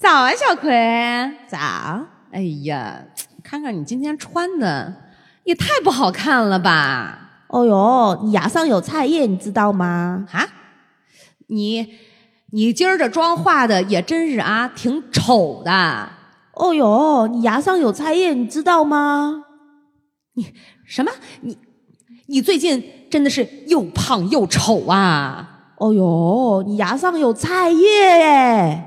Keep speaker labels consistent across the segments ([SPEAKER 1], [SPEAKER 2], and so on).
[SPEAKER 1] 早啊，小葵。
[SPEAKER 2] 早，
[SPEAKER 1] 哎呀，看看你今天穿的也太不好看了吧？
[SPEAKER 2] 哦哟，你牙上有菜叶，你知道吗？
[SPEAKER 1] 啊，你你今儿这妆化的也真是啊，挺丑的。
[SPEAKER 2] 哦哟，你牙上有菜叶，你知道吗？
[SPEAKER 1] 什么？你你最近真的是又胖又丑啊？
[SPEAKER 2] 哦哟，你牙上有菜叶耶！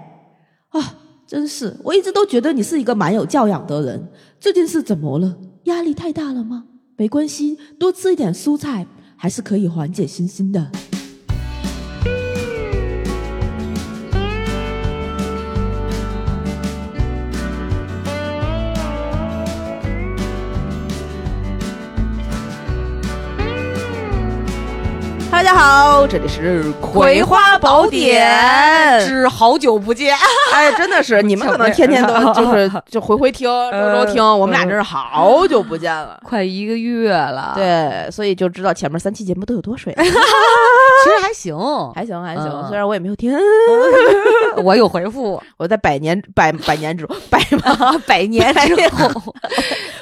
[SPEAKER 2] 啊，真是，我一直都觉得你是一个蛮有教养的人。这件事怎么了？压力太大了吗？没关系，多吃一点蔬菜还是可以缓解身心的。
[SPEAKER 3] 大家好，这里是《葵花宝典》
[SPEAKER 1] 是好久不见，
[SPEAKER 3] 哎，真的是你们可能天天都就是 就回回听，周周听，我们俩真是好久不见了。 啊
[SPEAKER 1] 快一个月了。，
[SPEAKER 3] 对，所以就知道前面三期节目都有多 水，
[SPEAKER 1] 其实还行，
[SPEAKER 3] 还行还
[SPEAKER 1] 嗯
[SPEAKER 3] 行。虽然我也没有 听，
[SPEAKER 1] 我有回复。
[SPEAKER 3] 我在百年百百年之中百
[SPEAKER 1] 啊， 百年之后，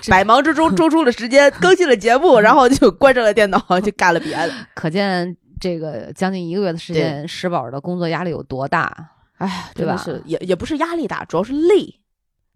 [SPEAKER 3] 百忙之中抽出了时间 更新了节目，然后就关上了电脑，就干了别 的。
[SPEAKER 1] 可见这个将近一个月的时间，石宝的工作压力有多大？
[SPEAKER 3] 哎，
[SPEAKER 1] 对
[SPEAKER 3] 真的
[SPEAKER 1] 吧
[SPEAKER 3] 是也也不是压力大，主要是累。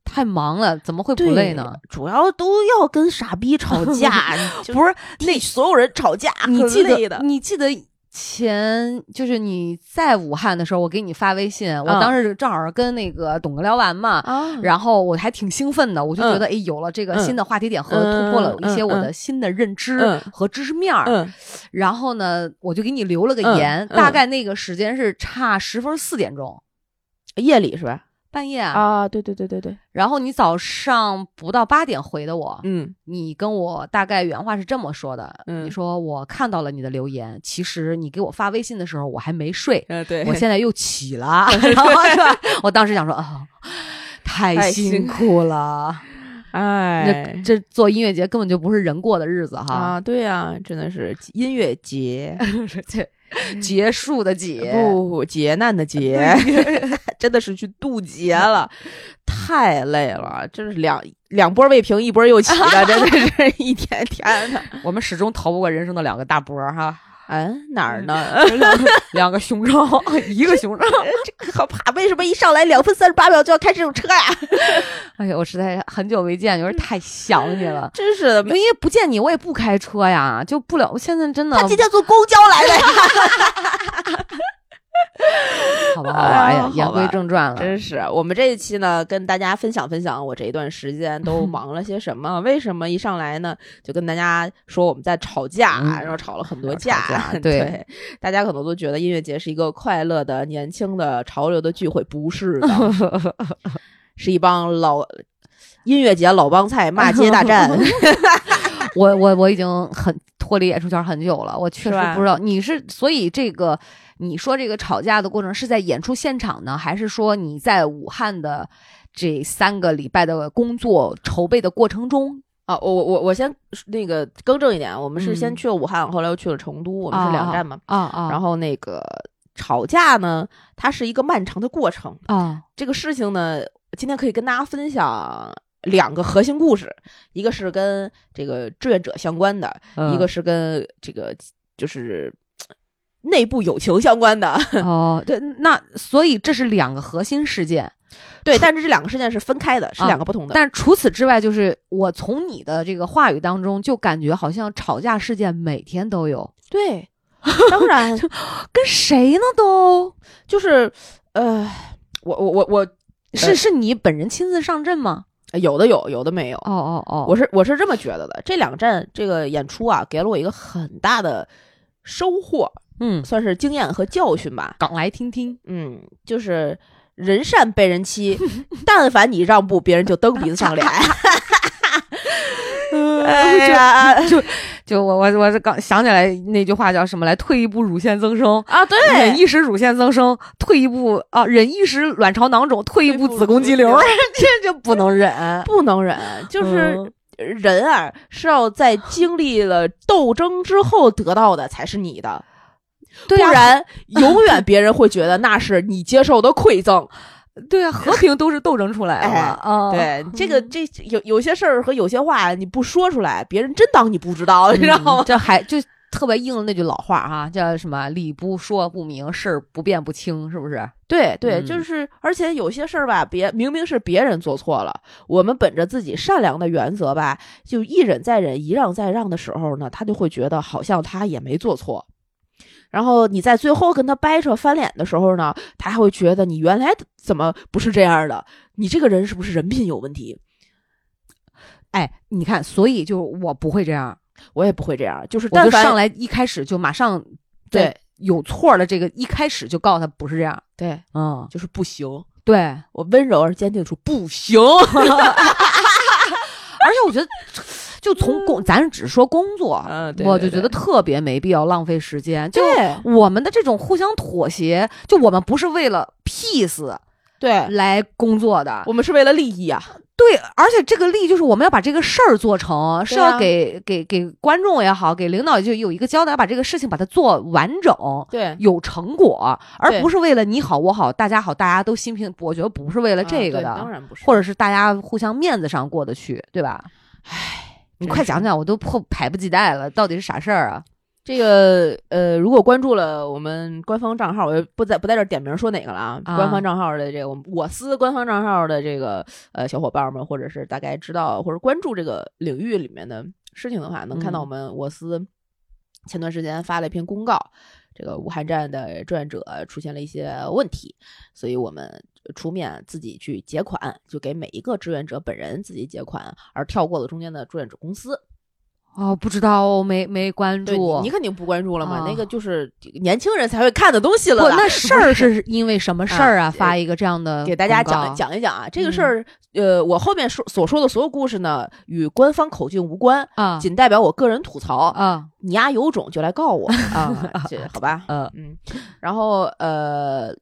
[SPEAKER 1] 太忙了，怎么会不
[SPEAKER 3] 对
[SPEAKER 1] 累呢？？
[SPEAKER 3] 主要都要跟傻逼吵架， 就
[SPEAKER 1] 不是
[SPEAKER 3] 替所有人吵架，
[SPEAKER 1] 你
[SPEAKER 3] 很
[SPEAKER 1] 记
[SPEAKER 3] 累的
[SPEAKER 1] 得，你记得前就是你在武汉的时候，我给你发微信，我
[SPEAKER 3] 嗯
[SPEAKER 1] 当时正好跟那个董哥聊完嘛。
[SPEAKER 3] 啊
[SPEAKER 1] 然后我还挺兴奋的，我就觉得，哎，有了这个
[SPEAKER 3] 嗯
[SPEAKER 1] 新的话题点和
[SPEAKER 3] 嗯
[SPEAKER 1] 突破了
[SPEAKER 3] 嗯
[SPEAKER 1] 一些我的
[SPEAKER 3] 嗯
[SPEAKER 1] 新的认知
[SPEAKER 3] 嗯
[SPEAKER 1] 和知识面儿。
[SPEAKER 3] 嗯，
[SPEAKER 1] 然后呢，我就给你留了个
[SPEAKER 3] 嗯
[SPEAKER 1] 言，
[SPEAKER 3] 嗯
[SPEAKER 1] 大概那个时间是差十分四点钟，
[SPEAKER 3] 夜里是吧？
[SPEAKER 1] 半夜
[SPEAKER 3] 啊，对对对对对，
[SPEAKER 1] 然后你早上不到八点回的我，
[SPEAKER 3] 嗯
[SPEAKER 1] 你跟我大概原话是这么说的：
[SPEAKER 3] 嗯
[SPEAKER 1] 你说我看到了你的留言，其实你给我发微信的时候我还没睡，
[SPEAKER 3] 嗯，对
[SPEAKER 1] 我现在又起 了。然后就我当时想说啊、太
[SPEAKER 3] 太
[SPEAKER 1] 辛
[SPEAKER 3] 辛
[SPEAKER 1] 苦了，
[SPEAKER 3] 哎
[SPEAKER 1] 这这做音乐节根本就不是人过的日子哈，
[SPEAKER 3] 啊，对呀，真的是音乐 节，
[SPEAKER 1] 这结束的结。
[SPEAKER 3] 不劫难的劫， 真的是去渡劫了，太累了，真是两两波未平，一波又起的，真的是 一天天的。
[SPEAKER 1] 我们始终逃不过人生的两个大波儿哈，
[SPEAKER 3] 嗯，哪儿呢？
[SPEAKER 1] 两个胸罩， 一个胸罩。
[SPEAKER 3] 这可怕！为什么一上来两分三十八秒就要开这种车呀、
[SPEAKER 1] 哎呀，我实在很久没见，有点太想你了。
[SPEAKER 3] 真是的，
[SPEAKER 1] 因为不见你，我也不开车呀，就不了。我现在真的
[SPEAKER 3] 他今天坐公交来的呀，
[SPEAKER 1] 好吧，好吧，
[SPEAKER 3] 哎
[SPEAKER 1] 哎
[SPEAKER 3] 呀
[SPEAKER 1] 呀，言
[SPEAKER 3] 好吧
[SPEAKER 1] 归正传了。
[SPEAKER 3] 真是。我们这一期呢，跟大家分享分享我这一段时间 都忙了些什么，为什么一上来呢就跟大家说我们在吵架，
[SPEAKER 1] 嗯
[SPEAKER 3] 然后吵了很多
[SPEAKER 1] 吵 架对
[SPEAKER 3] 对大家可能都觉得音乐节是一个快乐的、年轻的、潮流的聚会，不是 的，是一帮老。音乐节老帮菜骂街大战，
[SPEAKER 1] 我我我已经很脱离演出圈很久了，我确
[SPEAKER 3] 是
[SPEAKER 1] 实
[SPEAKER 3] 吧
[SPEAKER 1] 不知道你是，所以这个你说这个吵架的过程是在演出现场呢，还是说你在武汉的这三个礼拜的工作筹备的过程中？
[SPEAKER 3] 啊，我我我先那个更正一点，我们是先
[SPEAKER 1] 嗯
[SPEAKER 3] 去了武汉，后来又去了成都，我们
[SPEAKER 1] 啊
[SPEAKER 3] 是两
[SPEAKER 1] 啊
[SPEAKER 3] 站嘛。
[SPEAKER 1] 啊啊
[SPEAKER 3] 然后那个吵架呢，它是一个漫长的过程。
[SPEAKER 1] 啊，
[SPEAKER 3] 这个事情呢，今天可以跟大家分享两个核心故事，一个是跟这个志愿者相关的，一
[SPEAKER 1] 嗯
[SPEAKER 3] 个是跟这个就是呃内部友情相关的。
[SPEAKER 1] 哦，对，那所以这是两个核心事件。
[SPEAKER 3] 对，但是这两个事件是分开的，是
[SPEAKER 1] 啊
[SPEAKER 3] 两个不同的。
[SPEAKER 1] 但是除此之外，就是我从你的这个话语当中，就感觉好像吵架事件每天都有，
[SPEAKER 3] 对， 当然
[SPEAKER 1] 跟谁呢都？
[SPEAKER 3] 就是呃，我我我我呃
[SPEAKER 1] 是是你本人亲自上阵吗？
[SPEAKER 3] 有的有，有的没有。
[SPEAKER 1] 哦哦哦，
[SPEAKER 3] 我是我是这么觉得的，这两站这个演出啊，给了我一个很大的收获，
[SPEAKER 1] 嗯，
[SPEAKER 3] 算是经验和教训吧。
[SPEAKER 1] 港来听听，
[SPEAKER 3] 嗯，就是人善被人欺，但凡你让步，别人就蹬鼻子上脸。 哎 呀
[SPEAKER 1] 就我我我刚想起来那句话叫什么来？退一步乳腺增生。
[SPEAKER 3] 啊，
[SPEAKER 1] 忍
[SPEAKER 3] 对，
[SPEAKER 1] 一时乳腺增生，退一步啊，忍一时卵巢囊肿，退一步子宫肌瘤，这就不能忍。嗯
[SPEAKER 3] 不能忍， 就是人啊是要在经历了斗争之后得到的才是你的，
[SPEAKER 1] 对
[SPEAKER 3] 不
[SPEAKER 1] 呀
[SPEAKER 3] 啊 然永远别人会觉得那是你接受的馈赠。
[SPEAKER 1] 对啊，和平都是斗争出来的嘛。
[SPEAKER 3] 哎
[SPEAKER 1] 啊，
[SPEAKER 3] 对，这个这有有些事儿和有些话你不说出来，别人真当你不知道，你知道
[SPEAKER 1] 嗯
[SPEAKER 3] 吗？
[SPEAKER 1] 这还就特别应了那句老话哈、叫什么“理不说不明，事儿不辩不清”，是不是？
[SPEAKER 3] 对对，
[SPEAKER 1] 嗯
[SPEAKER 3] 就是，而且有些事儿吧，别明明是别人做错了，我们本着自己善良的原则吧，就一忍再忍，一让再让的时候呢，他就会觉得好像他也没做错。然后你在最后跟他掰扯翻脸的时候呢，他还会觉得你原来怎么不是这样的？你这个人是不是人品有问题？
[SPEAKER 1] 哎，你看，所以就我不会这样，
[SPEAKER 3] 我也不会这样，就是
[SPEAKER 1] 我
[SPEAKER 3] 但
[SPEAKER 1] 就
[SPEAKER 3] 凡
[SPEAKER 1] 上来一开始就马上
[SPEAKER 3] 对
[SPEAKER 1] 在有错了，这个一开始就告诉他不是这样。
[SPEAKER 3] 对，
[SPEAKER 1] 嗯，
[SPEAKER 3] 就是不行。
[SPEAKER 1] 对，而
[SPEAKER 3] 我温柔而坚定地说不行。
[SPEAKER 1] 且我觉得，就从 工，咱只说工作，
[SPEAKER 3] 嗯对
[SPEAKER 1] 我
[SPEAKER 3] 对
[SPEAKER 1] 就觉得特别没必要浪费时间。 就
[SPEAKER 3] 对
[SPEAKER 1] 我们的这种互相妥协，就我们不是为了 peace
[SPEAKER 3] 对，
[SPEAKER 1] 来工作的，
[SPEAKER 3] 我们是为了利益啊。
[SPEAKER 1] 对，而且这个力就是我们要把这个事儿做成，是
[SPEAKER 3] 对啊
[SPEAKER 1] 要给给给观众也好，给领导就有一个交代，把这个事情把它做完整，
[SPEAKER 3] 对
[SPEAKER 1] 有成果，而
[SPEAKER 3] 对
[SPEAKER 1] 不是为了你好我好大家好大家都心平，我觉得不是为了这个的，
[SPEAKER 3] 嗯啊当然不是。
[SPEAKER 1] 或者是大家互相面子上过得去，对吧？唉，你
[SPEAKER 3] 真
[SPEAKER 1] 快
[SPEAKER 3] 是
[SPEAKER 1] 讲讲，我都迫迫不及待了，到底是啥事儿啊？
[SPEAKER 3] 这个呃，如果关注了我们官方账号，我就不在不在这儿点名说哪个了啊。
[SPEAKER 1] 啊
[SPEAKER 3] 官方账号的这个我们我司官方账号的这个呃小伙伴们，或者是大概知道或者关注这个领域里面的事情的话，能看
[SPEAKER 1] 嗯
[SPEAKER 3] 到我们我司前段时间发了一篇公告，这个武汉站的志愿者出现了一些问题，所以我们出面自己去结款，就给每一个志愿者本人自己结款，而跳过了中间的志愿者公司。
[SPEAKER 1] 哦，不知道哦，没没关
[SPEAKER 3] 对你
[SPEAKER 1] 注。
[SPEAKER 3] 你肯定不关注了嘛，
[SPEAKER 1] 啊
[SPEAKER 3] 那个就是年轻人才会看的东西了
[SPEAKER 1] 不，
[SPEAKER 3] 啦。
[SPEAKER 1] 那事儿 是因为什么事儿啊？
[SPEAKER 3] 啊
[SPEAKER 1] 发一个这样的
[SPEAKER 3] 给大家
[SPEAKER 1] 公告
[SPEAKER 3] 讲讲一讲啊，
[SPEAKER 1] 嗯
[SPEAKER 3] 这个事儿，呃，我后面说所说的所有故事呢，与官方口径无关，
[SPEAKER 1] 啊
[SPEAKER 3] 仅代表我个人吐槽。
[SPEAKER 1] 啊
[SPEAKER 3] 你丫有种就来告 我啊，这好吧？
[SPEAKER 1] 呃
[SPEAKER 3] 嗯，然后呃，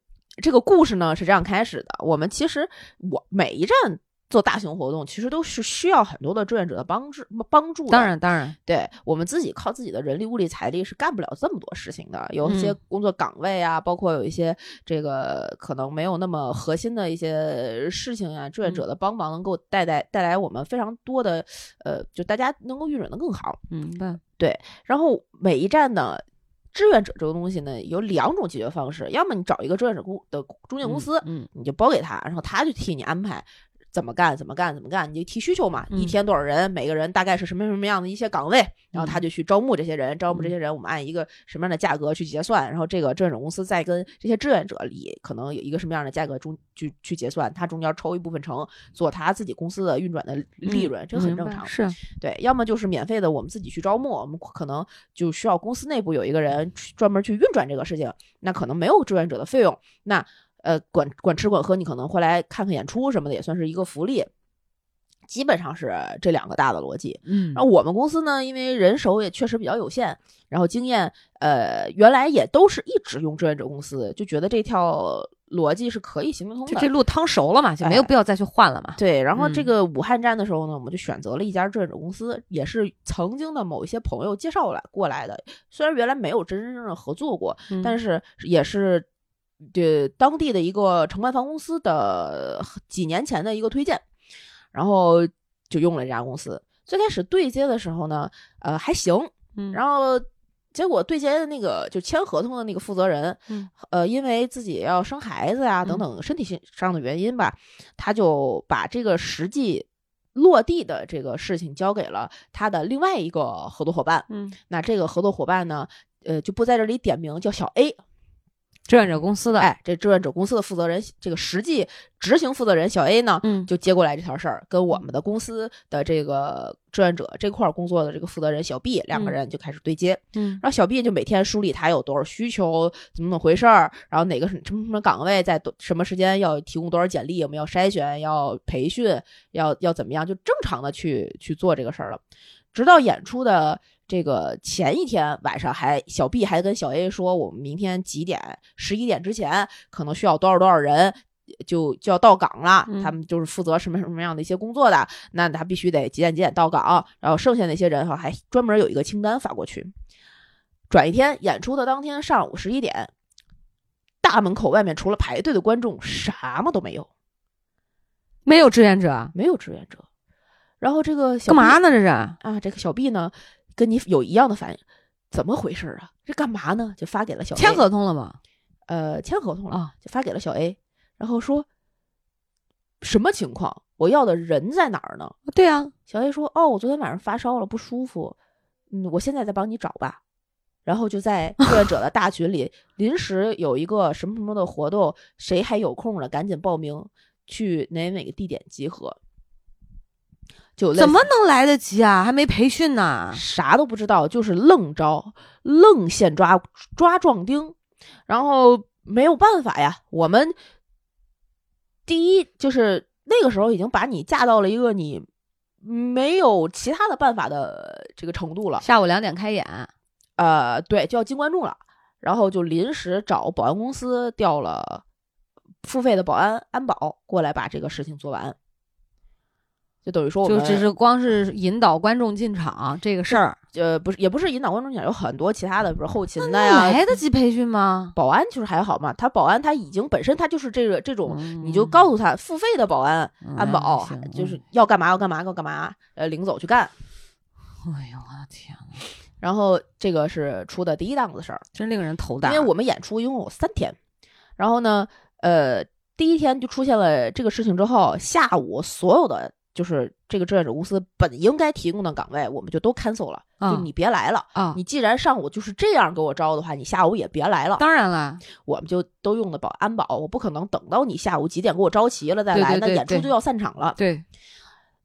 [SPEAKER 3] 这个故事呢是这样开始的。我们其实我每一站做大型活动，其实都是需要很多的志愿者的帮助帮助的。
[SPEAKER 1] 当然当然，
[SPEAKER 3] 对我们自己靠自己的人力、物力、财力是干不了这么多事情的。有一
[SPEAKER 1] 嗯
[SPEAKER 3] 些工作岗位啊，包括有一些这个可能没有那么核心的一些事情啊，志愿
[SPEAKER 1] 嗯
[SPEAKER 3] 者的帮忙能够带带带来我们非常多的呃，就大家能够运转的更好。
[SPEAKER 1] 明
[SPEAKER 3] 嗯
[SPEAKER 1] 白。
[SPEAKER 3] 然后每一站呢。志愿者这个东西呢，有两种解决方式，要么你找一个志愿者公的中介公司，
[SPEAKER 1] 嗯，
[SPEAKER 3] 你就包给他，然后他就替你安排怎么干、怎么干、怎么干，你就提需求嘛，
[SPEAKER 1] 嗯
[SPEAKER 3] 一天多少人，每个人大概是什么什么样的一些岗位，然后
[SPEAKER 1] 嗯
[SPEAKER 3] 他就去招募这些人，招募这些人，我们按一个什么样的价格去结算，然后这个志愿者公司再跟这些志愿者里可能有一个什么样的价格中去去结算，他中间抽一部分成做他自己公司的运转的利润，这
[SPEAKER 1] 嗯
[SPEAKER 3] 很
[SPEAKER 1] 明
[SPEAKER 3] 正
[SPEAKER 1] 白
[SPEAKER 3] 常。
[SPEAKER 1] 是
[SPEAKER 3] 对，要么就是免费的，我们自己去招募，我们可能就需要公司内部有一个人去专门去运转这个事情，那可能没有志愿者的费用，那呃管管吃管喝，你可能会来看看演出什么的，也算是一个福利。基本上是这两个大的逻辑。
[SPEAKER 1] 嗯
[SPEAKER 3] 然后我们公司呢，因为人手也确实比较有限，然后经验，呃，原来也都是一直用志愿者公司，就觉得这条逻辑是可以行得通的。
[SPEAKER 1] 就这路趟熟了嘛，就没有
[SPEAKER 3] 哎
[SPEAKER 1] 必要再去换了嘛。
[SPEAKER 3] 对，然后这
[SPEAKER 1] 嗯
[SPEAKER 3] 个武汉站的时候呢，我们就选择了一家志愿者公司，也是曾经的某一些朋友介绍来过来的。虽然原来没有真真正正合作过，但
[SPEAKER 1] 是
[SPEAKER 3] 是也是对当地的一个承办方公司的呃几年前的一个推荐，然后就用了这家公司。最开始对接的时候呢，呃还行，
[SPEAKER 1] 嗯
[SPEAKER 3] 然后结果对接的那个就签合同的那个负责人，
[SPEAKER 1] 嗯
[SPEAKER 3] 呃，因为自己要生孩子呀、等
[SPEAKER 1] 嗯
[SPEAKER 3] 等身体上的原因吧，他就把这个实际落地的这个事情交给了他的另外一个合作伙伴。
[SPEAKER 1] 嗯，
[SPEAKER 3] 那这个合作伙伴呢，呃，就不在这里点名，叫小 A。
[SPEAKER 1] 志愿者公司的
[SPEAKER 3] 哎，这志愿者公司的负责人，这个实际执行负责人小 A 呢，
[SPEAKER 1] 嗯
[SPEAKER 3] 就接过来这条事儿，跟我们的公司的这个志愿者这块儿工作的这个负责人小 B 两
[SPEAKER 1] 嗯
[SPEAKER 3] 个人就开始对接。
[SPEAKER 1] 嗯
[SPEAKER 3] 然后小 B 就每天梳理他有多少需求，怎么怎么回事儿，然后哪个什什么什么岗位在多什么时间要提供多少简历，我们要筛选，要培训，要要怎么样，就正常的去去做这个事儿了。直到演出的这个前一天晚上还，小 B 还跟小 A 说，我们明天几点，十一点之前可能需要多少多少人。就就要到岗了，
[SPEAKER 1] 嗯
[SPEAKER 3] 他们就是负责什么什么样的一些工作的，那他必须得几点几点到岗，然后剩下那些人哈还专门有一个清单发过去。转一天，演出的当天上午十一点，大门口外面除了排队的观众，什么都没有，
[SPEAKER 1] 没有志愿者，
[SPEAKER 3] 没有志愿者。然后这个小
[SPEAKER 1] 干嘛呢？
[SPEAKER 3] 呢
[SPEAKER 1] 这是
[SPEAKER 3] 啊，这个小 B 呢，跟你有一样的反应，怎么回事儿啊？这干嘛呢？就发给了小 A,
[SPEAKER 1] 签合同了吗？
[SPEAKER 3] 呃签合同了，
[SPEAKER 1] 啊
[SPEAKER 3] 就发给了小 A，然后说什么情况？我要的人在哪儿呢？
[SPEAKER 1] 对啊，
[SPEAKER 3] 小 A 说：“哦，我昨天晚上发烧了，不舒服，嗯，我现在再帮你找吧。”然后 就在志愿者的大群里，临时有一个什么什么的活动，谁还有空了，赶紧报名去哪哪个地点集合。就类似
[SPEAKER 1] 怎么能来得及啊？还没培训呢。
[SPEAKER 3] 啥都不知道，就是愣招，愣现抓抓壮丁，然后没有办法呀。我们第一就是那个时候已经把你架到了一个你没有其他的办法的这个程度了，
[SPEAKER 1] 下午两点开演，
[SPEAKER 3] 呃，对，就要进观众了，然后就临时找保安公司调了付费的保安安保过来把这个事情做完，就等于说我
[SPEAKER 1] 就
[SPEAKER 3] 们
[SPEAKER 1] 只是光是引导观众进场这个事儿，
[SPEAKER 3] 呃不是也不是引导观众讲，有很多其他的，比如后勤的呀，
[SPEAKER 1] 那来得及培训吗？
[SPEAKER 3] 保安就是还好嘛，他保安他已经本身他就是这个这种，
[SPEAKER 1] 嗯
[SPEAKER 3] 你就告诉他付费的保安
[SPEAKER 1] 嗯
[SPEAKER 3] 安保
[SPEAKER 1] 行
[SPEAKER 3] 哦
[SPEAKER 1] 嗯
[SPEAKER 3] 就是要干嘛要干嘛要干嘛，呃，领走去干。
[SPEAKER 1] 哎呦我的天呐，
[SPEAKER 3] 然后这个是出的第一档子事儿，
[SPEAKER 1] 真令人头大。
[SPEAKER 3] 因为我们演出一共有三天，然后呢，呃，第一天就出现了这个事情之后，下午所有的就是这个志愿者公司本应该提供的岗位，我们就都 cancel 了，
[SPEAKER 1] 啊
[SPEAKER 3] 就你别来了，
[SPEAKER 1] 啊，
[SPEAKER 3] 你既然上午就是这样给我招的话，你下午也别来了。
[SPEAKER 1] 当然了，
[SPEAKER 3] 我们就都用的保安保，我不可能等到你下午几点给我招齐了再
[SPEAKER 1] 对对
[SPEAKER 3] 来，
[SPEAKER 1] 对
[SPEAKER 3] 那演出
[SPEAKER 1] 对
[SPEAKER 3] 就要散场了。
[SPEAKER 1] 对，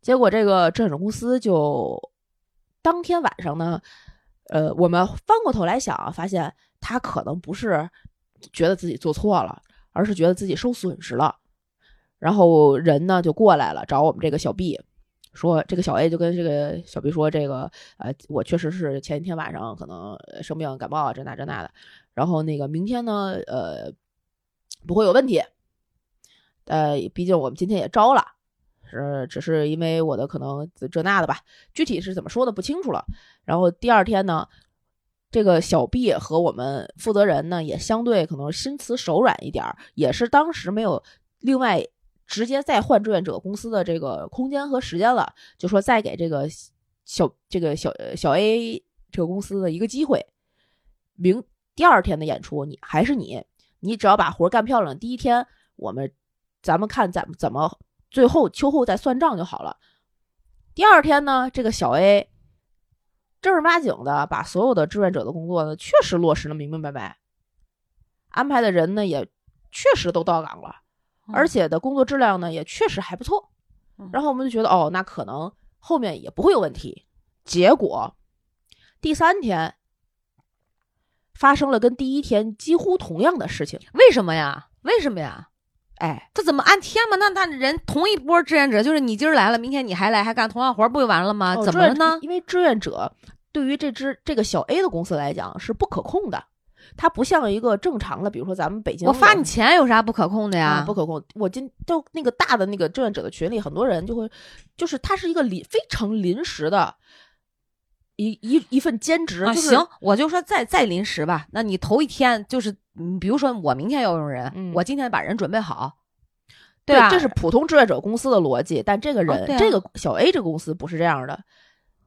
[SPEAKER 3] 结果这个志愿者公司就当天晚上呢，呃，我们翻过头来想啊，发现他可能不是觉得自己做错了，而是觉得自己受损失了。然后人呢就过来了，找我们这个小 B，说这个小 A 就跟这个小 B 说，这个呃，我确实是前一天晚上可能呃生病感冒啊，这那这那的。然后那个明天呢，呃，不会有问题。呃，毕竟我们今天也招了，是呃只是因为我的可能这这那的吧，具体是怎么说的不清楚了。然后第二天呢，这个小 B 和我们负责人呢也相对可能心慈手软一点儿，也是当时没有另外直接再换志愿者公司的这个空间和时间了，就说再给这个小这个小呃小 A 这个公司的一个机会，明第二天的演出你还是你，你只要把活儿干漂亮，第一天我们咱们看咱们怎么最后秋后再算账就好了。第二天呢，这个小 A 正儿八经的把所有的志愿者的工作呢，确实落实的明明白白，安排的人呢也确实都到岗了，
[SPEAKER 1] 嗯
[SPEAKER 3] 而且的工作质量呢也确实还不错
[SPEAKER 1] 嗯。
[SPEAKER 3] 然后我们就觉得哦，那可能后面也不会有问题。结果第三天发生了跟第一天几乎同样的事情，
[SPEAKER 1] 为什么呀？为什么呀？
[SPEAKER 3] 哎，
[SPEAKER 1] 这怎么按天嘛？那那人同一波志愿者，就是你今儿来了，明天你还来，还干同样活儿，不就完了吗？
[SPEAKER 3] 哦
[SPEAKER 1] 啊怎
[SPEAKER 3] 志
[SPEAKER 1] 么了
[SPEAKER 3] 愿
[SPEAKER 1] 呢？
[SPEAKER 3] 因为志愿者对于这支这个小 A 的公司来讲是不可控的，它不像一个正常的，比如说咱们北京有，
[SPEAKER 1] 我发你钱有啥不可控的呀？
[SPEAKER 3] 啊，不可控。我今就那个大的那个志愿者的群里，很多人就会，就是它是一个临非常临时的。一一一份兼职、
[SPEAKER 1] 啊，
[SPEAKER 3] 就是
[SPEAKER 1] 行，我就说再再临时吧。那你头一天就是，嗯，比如说我明天要用人，
[SPEAKER 3] 嗯
[SPEAKER 1] 我今天把人准备好，
[SPEAKER 3] 对
[SPEAKER 1] 吧？
[SPEAKER 3] 这是普通志愿者公司的逻辑，但这个人、
[SPEAKER 1] 对啊
[SPEAKER 3] 这个小 A 这个公司不是这样的。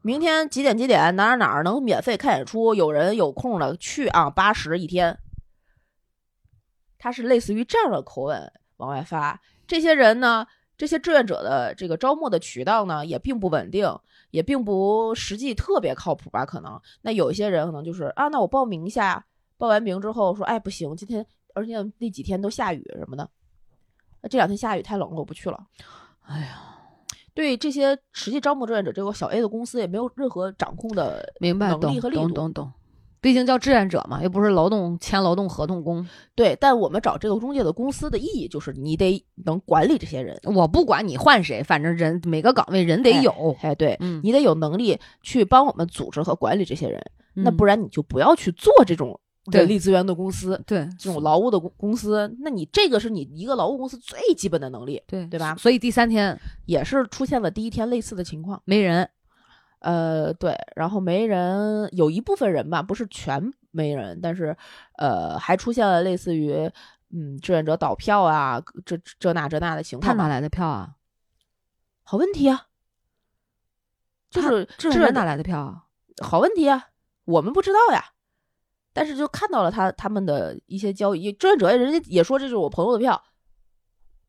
[SPEAKER 3] 明天几点几点哪儿哪儿能免费看演出？有人有空了去啊，八十一天。他是类似于这样的口吻往外发。这些人呢，这些志愿者的这个招募的渠道呢，也并不稳定，也并不实际特别靠谱吧？可能那有一些人可能就是啊，那我报名一下，报完名之后说，哎，不行，今天而且那几天都下雨什么的，那这两天下雨太冷了，我不去了。
[SPEAKER 1] 哎呀，
[SPEAKER 3] 对这些实际招募志愿者，这个小 A 的公司也没有任何掌控的。
[SPEAKER 1] 明白，
[SPEAKER 3] 能
[SPEAKER 1] 懂
[SPEAKER 3] 力和力
[SPEAKER 1] 懂
[SPEAKER 3] 度
[SPEAKER 1] 懂懂。毕竟叫志愿者嘛，又不是劳动签劳动合同工。
[SPEAKER 3] 对，但我们找这个中介的公司的意义就是，你得能管理这些人。
[SPEAKER 1] 我不管你换谁，反正人每个岗位人得有。
[SPEAKER 3] 哎，对，
[SPEAKER 1] 嗯，
[SPEAKER 3] 你得有能力去帮我们组织和管理这些人，那
[SPEAKER 1] 嗯
[SPEAKER 3] 不然你就不要去做这种
[SPEAKER 1] 对
[SPEAKER 3] 人力资源的公司，
[SPEAKER 1] 对
[SPEAKER 3] 这种劳务的公公司。那你这个是你一个劳务公司最基本的能力，
[SPEAKER 1] 对
[SPEAKER 3] 对吧
[SPEAKER 1] 所以第三天
[SPEAKER 3] 也是出现了第一天类似的情况。
[SPEAKER 1] 没人，
[SPEAKER 3] 呃，对，然后没人，有一部分人吧，不是全没人，但是，呃，还出现了类似于嗯志愿者倒票啊，这这那这那的情
[SPEAKER 1] 他
[SPEAKER 3] 况吧。
[SPEAKER 1] 哪来的票啊？
[SPEAKER 3] 好问题啊，就是
[SPEAKER 1] 志愿者哪来的票啊？
[SPEAKER 3] 好问题啊，我们不知道呀。但是就看到了他他们的一些交易，志愿者人家也说这是我朋友的票，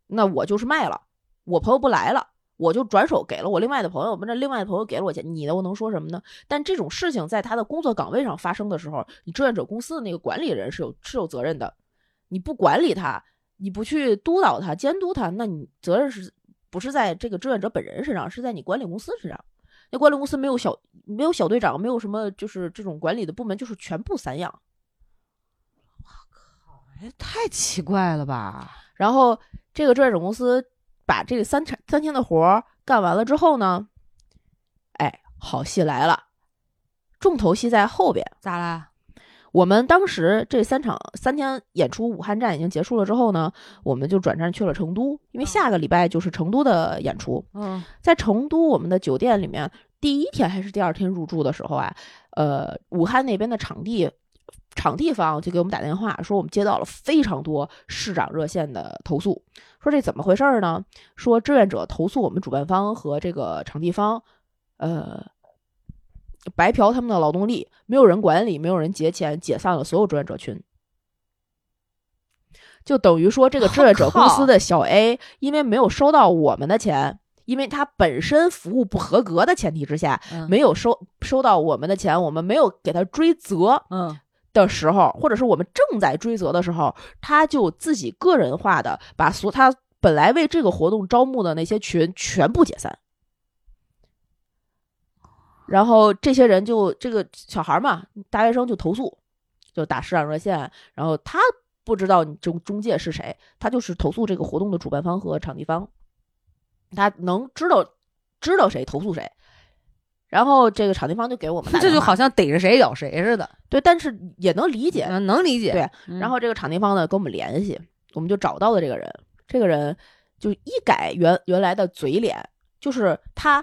[SPEAKER 3] 那我就是卖了，我朋友不来了，我就转手给了我另外的朋友，我们这另外的朋友给了我钱，你的我能说什么呢？但这种事情在他的工作岗位上发生的时候，你志愿者公司的那个管理人是有是有责任的，你不管理他，你不去督导他、监督他，那你责任是不是在这个志愿者本人身上，是在你管理公司身上？那管理公司没有小没有小队长，没有什么就是这种管理的部门，就是全部散养。
[SPEAKER 1] 哎太奇怪了吧？
[SPEAKER 3] 然后这个志愿者公司把这个三天三天的活儿干完了之后呢，哎，好戏来了，重头戏在后边。
[SPEAKER 1] 咋啦？
[SPEAKER 3] 我们当时这三场三天演出，武汉站已经结束了之后呢，我们就转战去了成都，因为下个礼拜就是成都的演出。
[SPEAKER 1] 嗯
[SPEAKER 3] 在成都我们的酒店里面，第一天还是第二天入住的时候啊，呃，武汉那边的场地场地方就给我们打电话说，我们接到了非常多市长热线的投诉，说这怎么回事儿呢？说志愿者投诉我们主办方和这个场地方，呃。白嫖他们的劳动力，没有人管理，没有人结钱，解散了所有志愿者群，就等于说这个志愿者公司的小 A，因为没有收到我们的钱，因为他本身服务不合格的前提之下，
[SPEAKER 1] 嗯
[SPEAKER 3] 没有收收到我们的钱，我们没有给他追责
[SPEAKER 1] 嗯
[SPEAKER 3] 的时候，或者是我们正在追责的时候，他就自己个人化的把所他本来为这个活动招募的那些群全部解散。然后这些人就这个小孩嘛，大学生就投诉，就打市长热线，然后他不知道你中中介是谁，他就是投诉这个活动的主办方和场地方，他能知道知道谁投诉谁，然后这个场地方就给我们打
[SPEAKER 1] 这就
[SPEAKER 3] 电话
[SPEAKER 1] 好像逮着谁咬谁似的，
[SPEAKER 3] 对，但是也能理解，
[SPEAKER 1] 嗯能理解。
[SPEAKER 3] 对
[SPEAKER 1] 嗯，
[SPEAKER 3] 然后这个场地方呢跟我们联系，我们就找到了这个人。这个人就一改原原来的嘴脸，就是他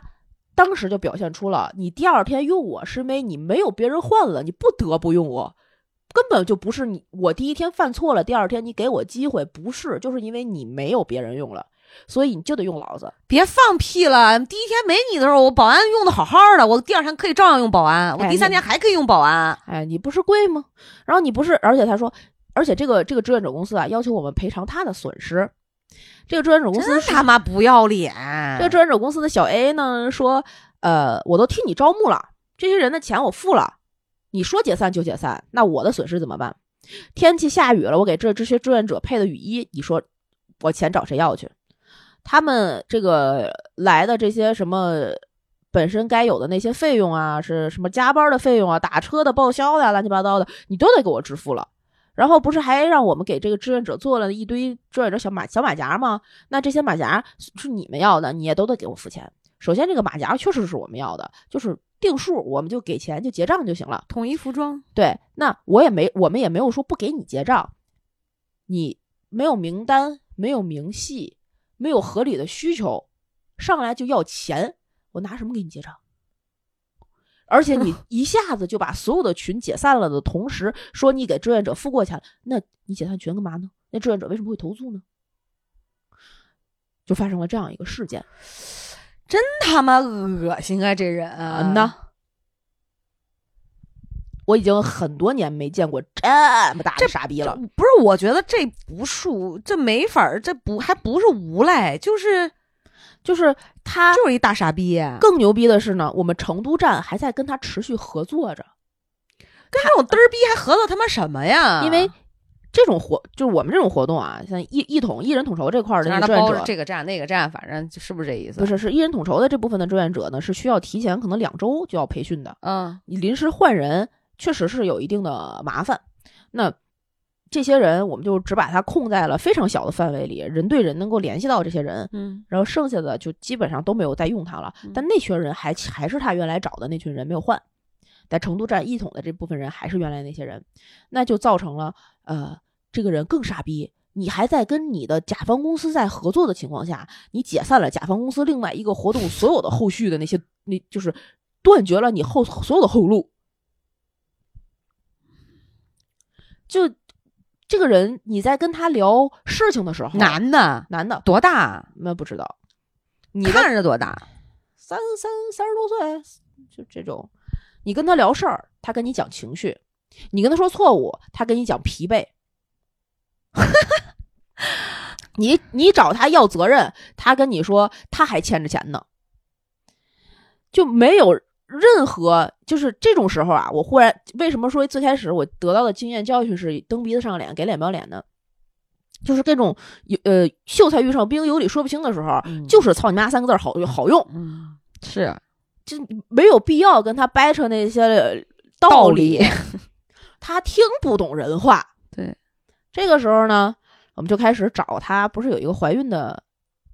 [SPEAKER 3] 当时就表现出了，你第二天用我是因为你没有别人换了，你不得不用我，根本就不是你我第一天犯错了，第二天你给我机会，不是，就是因为你没有别人用了，所以你就得用老子。
[SPEAKER 1] 别放屁了！第一天没你的时候，我保安用的好好的，我第二天可以照样用保安，我
[SPEAKER 3] 哎
[SPEAKER 1] 第三
[SPEAKER 3] 你
[SPEAKER 1] 天还可以用保安。
[SPEAKER 3] 哎，你不是贵吗？然后你不是，而且他说，而且这个这个志愿者公司啊，要求我们赔偿他的损失。这个志愿者公司
[SPEAKER 1] 真
[SPEAKER 3] 是
[SPEAKER 1] 他妈不要脸！
[SPEAKER 3] 这个志愿者公司的小 A 呢说，呃，我都替你招募了，这些人的钱我付了，你说解散就解散，那我的损失怎么办？天气下雨了，我给这这些志愿者配的雨衣，你说我钱找谁要去？他们这个来的这些什么本身该有的那些费用啊，是什么加班的费用啊、打车的报销的、啊、乱七八糟的，你都得给我支付了。然后不是还让我们给这个志愿者做了一堆志愿者小马小马甲吗？那这些马甲是是你们要的，你也都得给我付钱。首先，这个马甲确实是我们要的，就是定数，我们就给钱就结账就行了。
[SPEAKER 1] 统一服装，
[SPEAKER 3] 对，那我也没，我们也没有说不给你结账，你没有名单，没有明细，没有合理的需求，上来就要钱，我拿什么给你结账？而且你一下子就把所有的群解散了的同时，说你给志愿者付过钱，那你解散群干嘛呢？那志愿者为什么会投诉呢？就发生了这样一个事件。
[SPEAKER 1] 真他妈恶心啊！这人
[SPEAKER 3] 嗯呐，我已经很多年没见过这么大的傻逼了。
[SPEAKER 1] 不是，我觉得这不是无，这没法儿，这不还不是无赖，就是嗯
[SPEAKER 3] 就是他
[SPEAKER 1] 就是一大傻逼，啊跟
[SPEAKER 3] 更牛逼的是呢，我们成都站还在跟他持续合作着，
[SPEAKER 1] 跟这种嘚儿逼还合作他妈什么呀？
[SPEAKER 3] 因为这种活就是我们这种活动啊，像一一统一人统筹这块儿的
[SPEAKER 1] 让
[SPEAKER 3] 那个
[SPEAKER 1] 他
[SPEAKER 3] 志愿
[SPEAKER 1] 包着
[SPEAKER 3] 者，
[SPEAKER 1] 这个站那个站，反正就是不是这意思？
[SPEAKER 3] 不，是是一人统筹的这部分的志愿者呢，是需要提前可能两周就要培训的。
[SPEAKER 1] 嗯
[SPEAKER 3] 你临时换人确实是有一定的麻烦。那这些人我们就只把他控在了非常小的范围里，人对人能够联系到这些人，
[SPEAKER 1] 嗯
[SPEAKER 3] 然后剩下的就基本上都没有再用他了
[SPEAKER 1] 嗯。
[SPEAKER 3] 但那群人还还是他原来找的那群人没有换，在成都站一统的这部分人还是原来那些人，那就造成了呃，这个人更傻逼。你还在跟你的甲方公司在合作的情况下，你解散了甲方公司另外一个活动所有的后续的那些，那就是断绝了你后所有的后路。就这个人你在跟他聊事情的时候，
[SPEAKER 1] 男的
[SPEAKER 3] 男的
[SPEAKER 1] 多大？
[SPEAKER 3] 那不知道，
[SPEAKER 1] 你
[SPEAKER 3] 你跟
[SPEAKER 1] 看着多大？
[SPEAKER 3] 三三三十多岁就这种，你跟他聊事儿，他跟你讲情绪；你跟他说错误，他跟你讲疲惫。 你你找他要责任，他跟你说他还欠着钱呢，就没有任何就是这种时候啊！我忽然为什么说最开始我得到的经验教训是蹬鼻子上脸，给脸不要脸呢？就是这种有呃秀才遇上兵，有理说不清的时候，
[SPEAKER 1] 嗯
[SPEAKER 3] 就是“操你妈”三个字儿好好用，
[SPEAKER 1] 嗯，是
[SPEAKER 3] 就没有必要跟他掰扯那些呃道
[SPEAKER 1] 道理
[SPEAKER 3] 他听不懂人话。
[SPEAKER 1] 对，
[SPEAKER 3] 这个时候呢，我们就开始找他，不是有一个怀孕的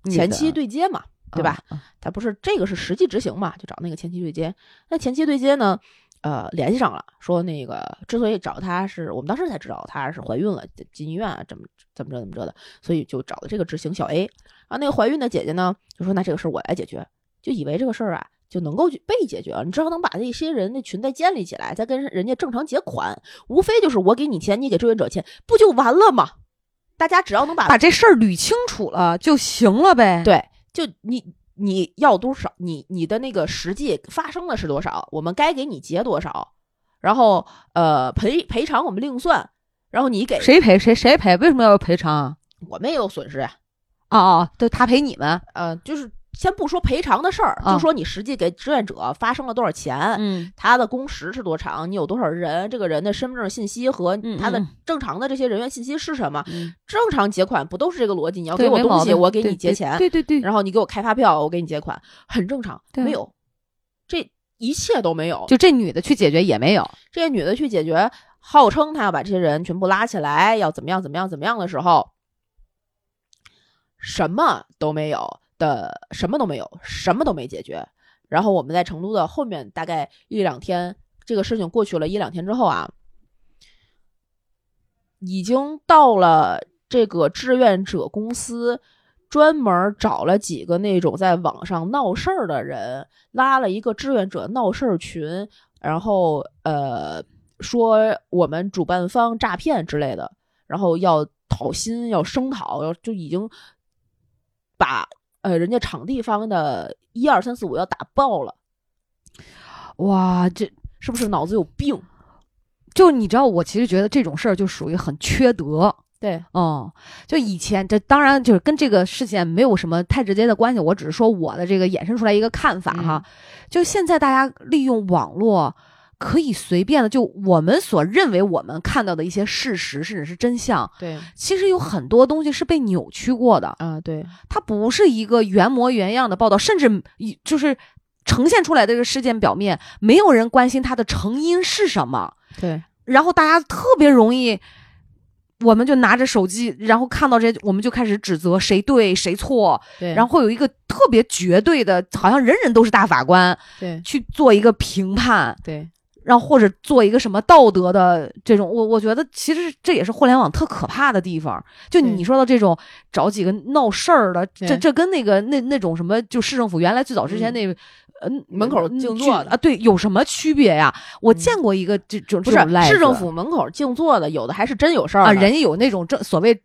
[SPEAKER 3] 前
[SPEAKER 1] 女
[SPEAKER 3] 期
[SPEAKER 1] 的
[SPEAKER 3] 对接嘛，对吧？？
[SPEAKER 1] 嗯
[SPEAKER 3] 他不是这个是实际执行嘛，就找那个前期对接。那前期对接呢，呃，联系上了，说那个之所以找他是我们当时才知道她是怀孕了，进医院啊，怎么怎么着怎么着的，所以就找的这个执行小 A。然后那个怀孕的姐姐呢，就说那这个事儿我来解决，就以为这个事儿啊就能够去被解决了，你至少能把那些人的群再建立起来，再跟人家正常结款，无非就是我给你钱，你给志愿者钱，不就完了吗？大家只要能把
[SPEAKER 1] 把这事儿捋清楚了就行了呗。，
[SPEAKER 3] 对，就你你要多少，你你的那个实际发生的是多少，我们该给你结多少，然后呃赔赔偿我们另算，然后你给
[SPEAKER 1] 谁赔谁谁赔？为什么要赔偿啊？
[SPEAKER 3] 我们也有损失呀，
[SPEAKER 1] 哦哦，对他赔你们，
[SPEAKER 3] 呃，就是先不说赔偿的事儿，
[SPEAKER 1] 啊
[SPEAKER 3] 就说你实际给志愿者发生了多少钱。
[SPEAKER 1] 嗯
[SPEAKER 3] 他的工时是多长？你有多少人？这个人的身份证信息和
[SPEAKER 1] 嗯
[SPEAKER 3] 他的
[SPEAKER 1] 嗯
[SPEAKER 3] 正常的这些人员信息是什么？
[SPEAKER 1] 嗯，
[SPEAKER 3] 正常结款不都是这个逻辑？你要
[SPEAKER 1] 对
[SPEAKER 3] 给我
[SPEAKER 1] 没
[SPEAKER 3] 东
[SPEAKER 1] 毛
[SPEAKER 3] 西，
[SPEAKER 1] 病
[SPEAKER 3] 我给
[SPEAKER 1] 对
[SPEAKER 3] 你结
[SPEAKER 1] 对
[SPEAKER 3] 钱。
[SPEAKER 1] 对对对，
[SPEAKER 3] 然后你给我开发票，我给你结款，很正常，
[SPEAKER 1] 嗯对啊
[SPEAKER 3] 没有，这一切都没有。
[SPEAKER 1] 就这女的去解决也没有。
[SPEAKER 3] 这些女的去解决，号称她要把这些人全部拉起来，要怎么样怎么样怎么样的时候，什么都没有的，什么都没有，什么都没解决。然后我们在成都的后面大概一两天，这个事情过去了一两天之后啊，已经到了这个志愿者公司，专门找了几个那种在网上闹事儿的人，拉了一个志愿者闹事儿群，然后呃说我们主办方诈骗之类的，然后要讨薪，要声讨，要就已经把呃人家场地方的一二三四五要打爆了，
[SPEAKER 1] 哇，这
[SPEAKER 3] 是不是脑子有病？
[SPEAKER 1] 就你知道，我其实觉得这种事儿就属于很缺德。
[SPEAKER 3] 对，
[SPEAKER 1] 嗯，就以前这当然就是跟这个事件没有什么太直接的关系，我只是说我的这个衍生出来一个看法哈。
[SPEAKER 3] 嗯
[SPEAKER 1] 就现在大家利用网络可以随便的，就我们所认为我们看到的一些事实甚至是真相，
[SPEAKER 3] 嗯对，
[SPEAKER 1] 其实有很多东西是被扭曲过的，
[SPEAKER 3] 啊，对，
[SPEAKER 1] 它不是一个原模原样的报道，甚至一就是呈现出来的这个事件表面，没有人关心它的成因是什么。
[SPEAKER 3] 对，
[SPEAKER 1] 然后大家特别容易，我们就拿着手机，然后看到这些，我们就开始指责谁对谁错，
[SPEAKER 3] 对
[SPEAKER 1] 然后会有一个特别绝对的，好像人人都是大法官
[SPEAKER 3] 对，
[SPEAKER 1] 去做一个评判，
[SPEAKER 3] 对，
[SPEAKER 1] 然后或者做一个什么道德的这种，我我觉得其实这也是互联网特可怕的地方。就
[SPEAKER 3] 对
[SPEAKER 1] 你说的这种找几个闹事儿的，这
[SPEAKER 3] 对
[SPEAKER 1] 这跟那个那那种什么就市政府原来最早之前
[SPEAKER 3] 嗯
[SPEAKER 1] 那。呃，
[SPEAKER 3] 门口
[SPEAKER 1] 嗯
[SPEAKER 3] 静
[SPEAKER 1] 聚
[SPEAKER 3] 坐的
[SPEAKER 1] 啊，对，有什么区别呀？我
[SPEAKER 3] 嗯
[SPEAKER 1] 见过一个这种
[SPEAKER 3] 不
[SPEAKER 1] 这
[SPEAKER 3] 是
[SPEAKER 1] 种赖
[SPEAKER 3] 市政
[SPEAKER 1] 子
[SPEAKER 3] 府门口静坐的，有的还是真有事儿
[SPEAKER 1] 啊，
[SPEAKER 3] 呢
[SPEAKER 1] 人家有那种正所谓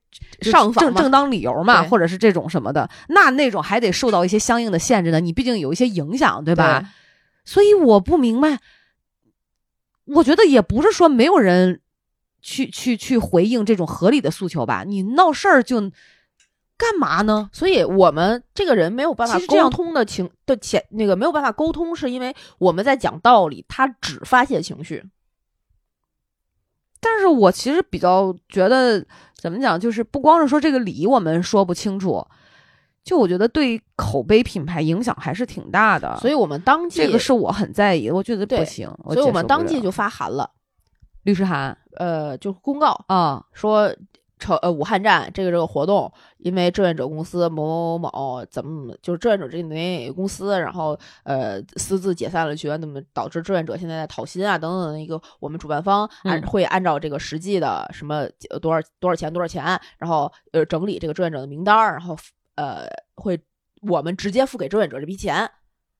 [SPEAKER 1] 就
[SPEAKER 3] 上访
[SPEAKER 1] 正
[SPEAKER 3] 嘛
[SPEAKER 1] 正当理由嘛，
[SPEAKER 3] 对
[SPEAKER 1] 或者是这种什么的，那那种还得受到一些相应的限制的，你毕竟有一些影响，对
[SPEAKER 3] 对
[SPEAKER 1] 吧？？所以我不明白，我觉得也不是说没有人去去去回应这种合理的诉求吧，你闹事儿就干嘛呢？
[SPEAKER 3] 所以我们这个人没有办法
[SPEAKER 1] 其实这样
[SPEAKER 3] 沟通的情的前那个没有办法沟通，是因为我们在讲道理，他只发泄情绪。
[SPEAKER 1] 但是我其实比较觉得怎么讲，就是不光是说这个理我们说不清楚，就我觉得对口碑品牌影响还是挺大的，
[SPEAKER 3] 所以我们当季，
[SPEAKER 1] 啊这个是我很在意的，我觉得不
[SPEAKER 3] 对
[SPEAKER 1] 行。
[SPEAKER 3] 所以我们当季
[SPEAKER 1] 季
[SPEAKER 3] 就发函了，
[SPEAKER 1] 律师函
[SPEAKER 3] 呃，就是公告
[SPEAKER 1] 啊，
[SPEAKER 3] 说。成呃武汉站这个这个活动，因为志愿者公司某某某怎么怎么，就是志愿者这那公司，然后呃私自解散了学员，那么导致志愿者现在在讨薪啊等等的一个，我们主办方按、
[SPEAKER 1] 嗯
[SPEAKER 3] 会按照这个实际的什么呃多少多少钱多少钱，然后呃整理这个志愿者的名单儿，然后呃会我们直接付给志愿者这笔钱，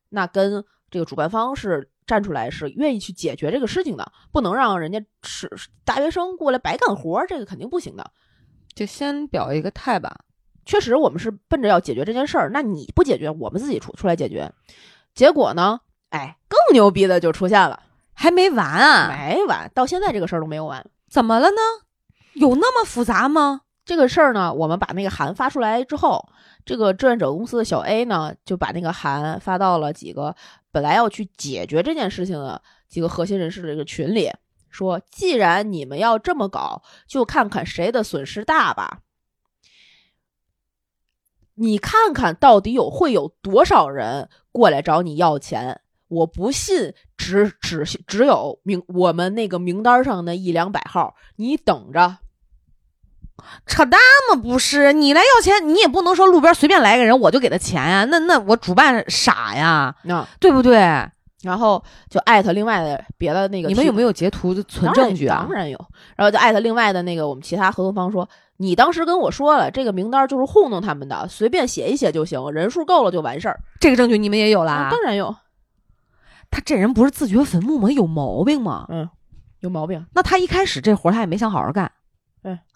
[SPEAKER 3] 那跟这个主办方是站出来是愿意去解决这个事情的，不能让人家是是大学生过来白干活儿，这个肯定不行的。
[SPEAKER 1] 就先表一个态吧。
[SPEAKER 3] 确实我们是奔着要解决这件事儿，那你不解决，我们自己出出来解决。结果呢，哎，更牛逼的就出现了，
[SPEAKER 1] 还没完啊？
[SPEAKER 3] 没完，到现在这个事儿都没有完。
[SPEAKER 1] 怎么了呢？有那么复杂吗？
[SPEAKER 3] 这个事儿呢，我们把那个函发出来之后，这个志愿者公司的小 A 呢，就把那个函发到了几个本来要去解决这件事情的几个核心人士的这个群里，说既然你们要这么搞，就看看谁的损失大吧。你看看到底有会有多少人过来找你要钱？我不信只只只有名我们那个名单上的一两百号，你等着，
[SPEAKER 1] 扯淡吗？不是，你来要钱，你也不能说路边随便来个人我就给他钱呀、那那我主办傻呀，
[SPEAKER 3] 那、
[SPEAKER 1] 对不对？
[SPEAKER 3] 然后就艾特另外的别的那个提，
[SPEAKER 1] 你们有没有截图存证据啊
[SPEAKER 3] 当然？当然有。然后就艾特另外的那个我们其他合同方说，你当时跟我说了，这个名单就是糊弄他们的，随便写一写就行，人数够了就完事儿。
[SPEAKER 1] 这个证据你们也有啦
[SPEAKER 3] 啊，？当然有，
[SPEAKER 1] 他这人不是自掘坟墓吗？有毛病吗？
[SPEAKER 3] 嗯，有毛病。
[SPEAKER 1] 那他一开始这活儿他也没想好好干，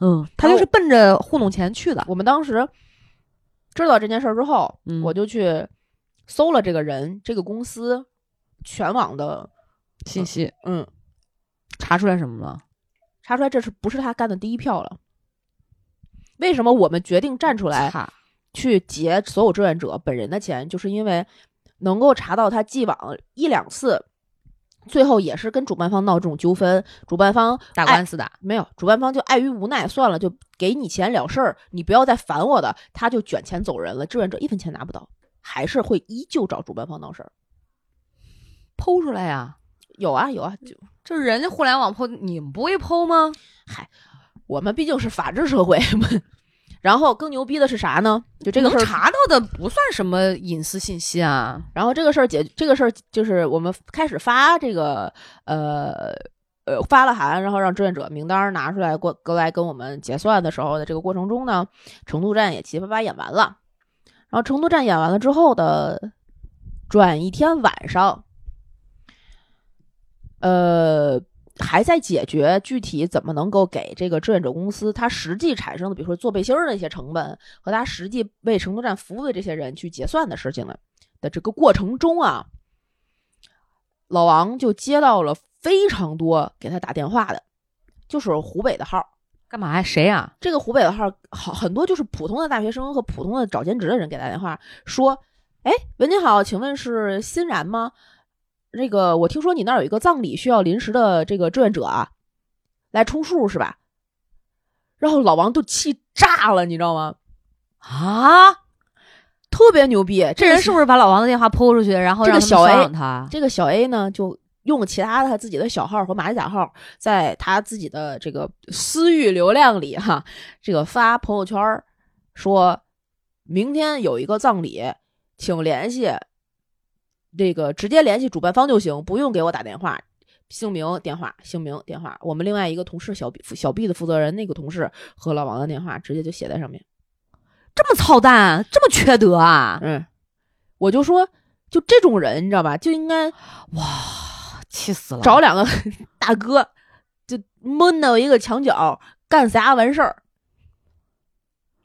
[SPEAKER 3] 嗯
[SPEAKER 1] 他就是奔着糊弄钱去的。
[SPEAKER 3] 我们当时知道这件事儿之后，
[SPEAKER 1] 嗯
[SPEAKER 3] 我就去搜了这个人、这个公司全网的，
[SPEAKER 1] 信息
[SPEAKER 3] 嗯，
[SPEAKER 1] 查出来什么了？
[SPEAKER 3] 查出来这是不是他干的第一票了？为什么我们决定站出来？
[SPEAKER 1] 擦
[SPEAKER 3] 去结所有志愿者本人的钱，就是因为能够查到他既往一两次，最后也是跟主办方闹这种纠纷，主办方
[SPEAKER 1] 打官司的，
[SPEAKER 3] 没有，主办方就碍于无奈算了，就给你钱了事儿，你不要再烦我的，他就卷钱走人了，志愿者一分钱拿不到，还是会依旧找主办方闹事儿。
[SPEAKER 1] 剖出来呀、
[SPEAKER 3] 有啊有啊，就
[SPEAKER 1] 就是人家互联网剖，你们不会剖吗？
[SPEAKER 3] 我们毕竟是法治社会， 然后更牛逼的是啥呢？就这个事
[SPEAKER 1] 能
[SPEAKER 3] 儿
[SPEAKER 1] 查到的不算什么隐私信息啊。
[SPEAKER 3] 然后这个事儿解，这个事儿就是我们开始发这个呃呃发了函，然后让志愿者名单拿出来过过来跟我们结算的时候的这个过程中呢，成都站也七七八八演完了。然后成都站演完了之后的转一天晚上，呃，还在解决具体怎么能够给这个志愿者公司它实际产生的，比如说做背心儿的一些成本和它实际为成都站服务的这些人去结算的事情呢的这个过程中啊，老王就接到了非常多给他打电话的，就是湖北的号儿。
[SPEAKER 1] 干嘛呀？谁呀、
[SPEAKER 3] 这个湖北的号儿好很多就是普通的大学生和普通的找兼职的人给打电话说：“哎，喂，您好，请问是欣然吗？那个我听说你那儿有一个葬礼需要临时的这个志愿者啊，来充数是吧？”然后老王都气炸了，你知道吗？
[SPEAKER 1] 啊？
[SPEAKER 3] 特别牛逼，
[SPEAKER 1] 这人是不是把老王的电话抛出去，然后
[SPEAKER 3] 这个
[SPEAKER 1] 让他们
[SPEAKER 3] 小 A-
[SPEAKER 1] 骚扰他？
[SPEAKER 3] 这个小 A 呢，就用其他的他自己的小号和马甲号，在他自己的这个私域流量里哈，这个发朋友圈儿说，明天有一个葬礼，请联系这个直接联系主办方就行，不用给我打电话。姓名、电话、姓名、电话，我们另外一个同事小 B 小 B 的负责人那个同事和老王的电话直接就写在上面。
[SPEAKER 1] 这么操蛋，这么缺德啊！
[SPEAKER 3] 嗯，我就说，就这种人，你知道吧，就应该
[SPEAKER 1] 气死了！
[SPEAKER 3] 找两个 大哥，就闷到一个墙角，干啥完事儿。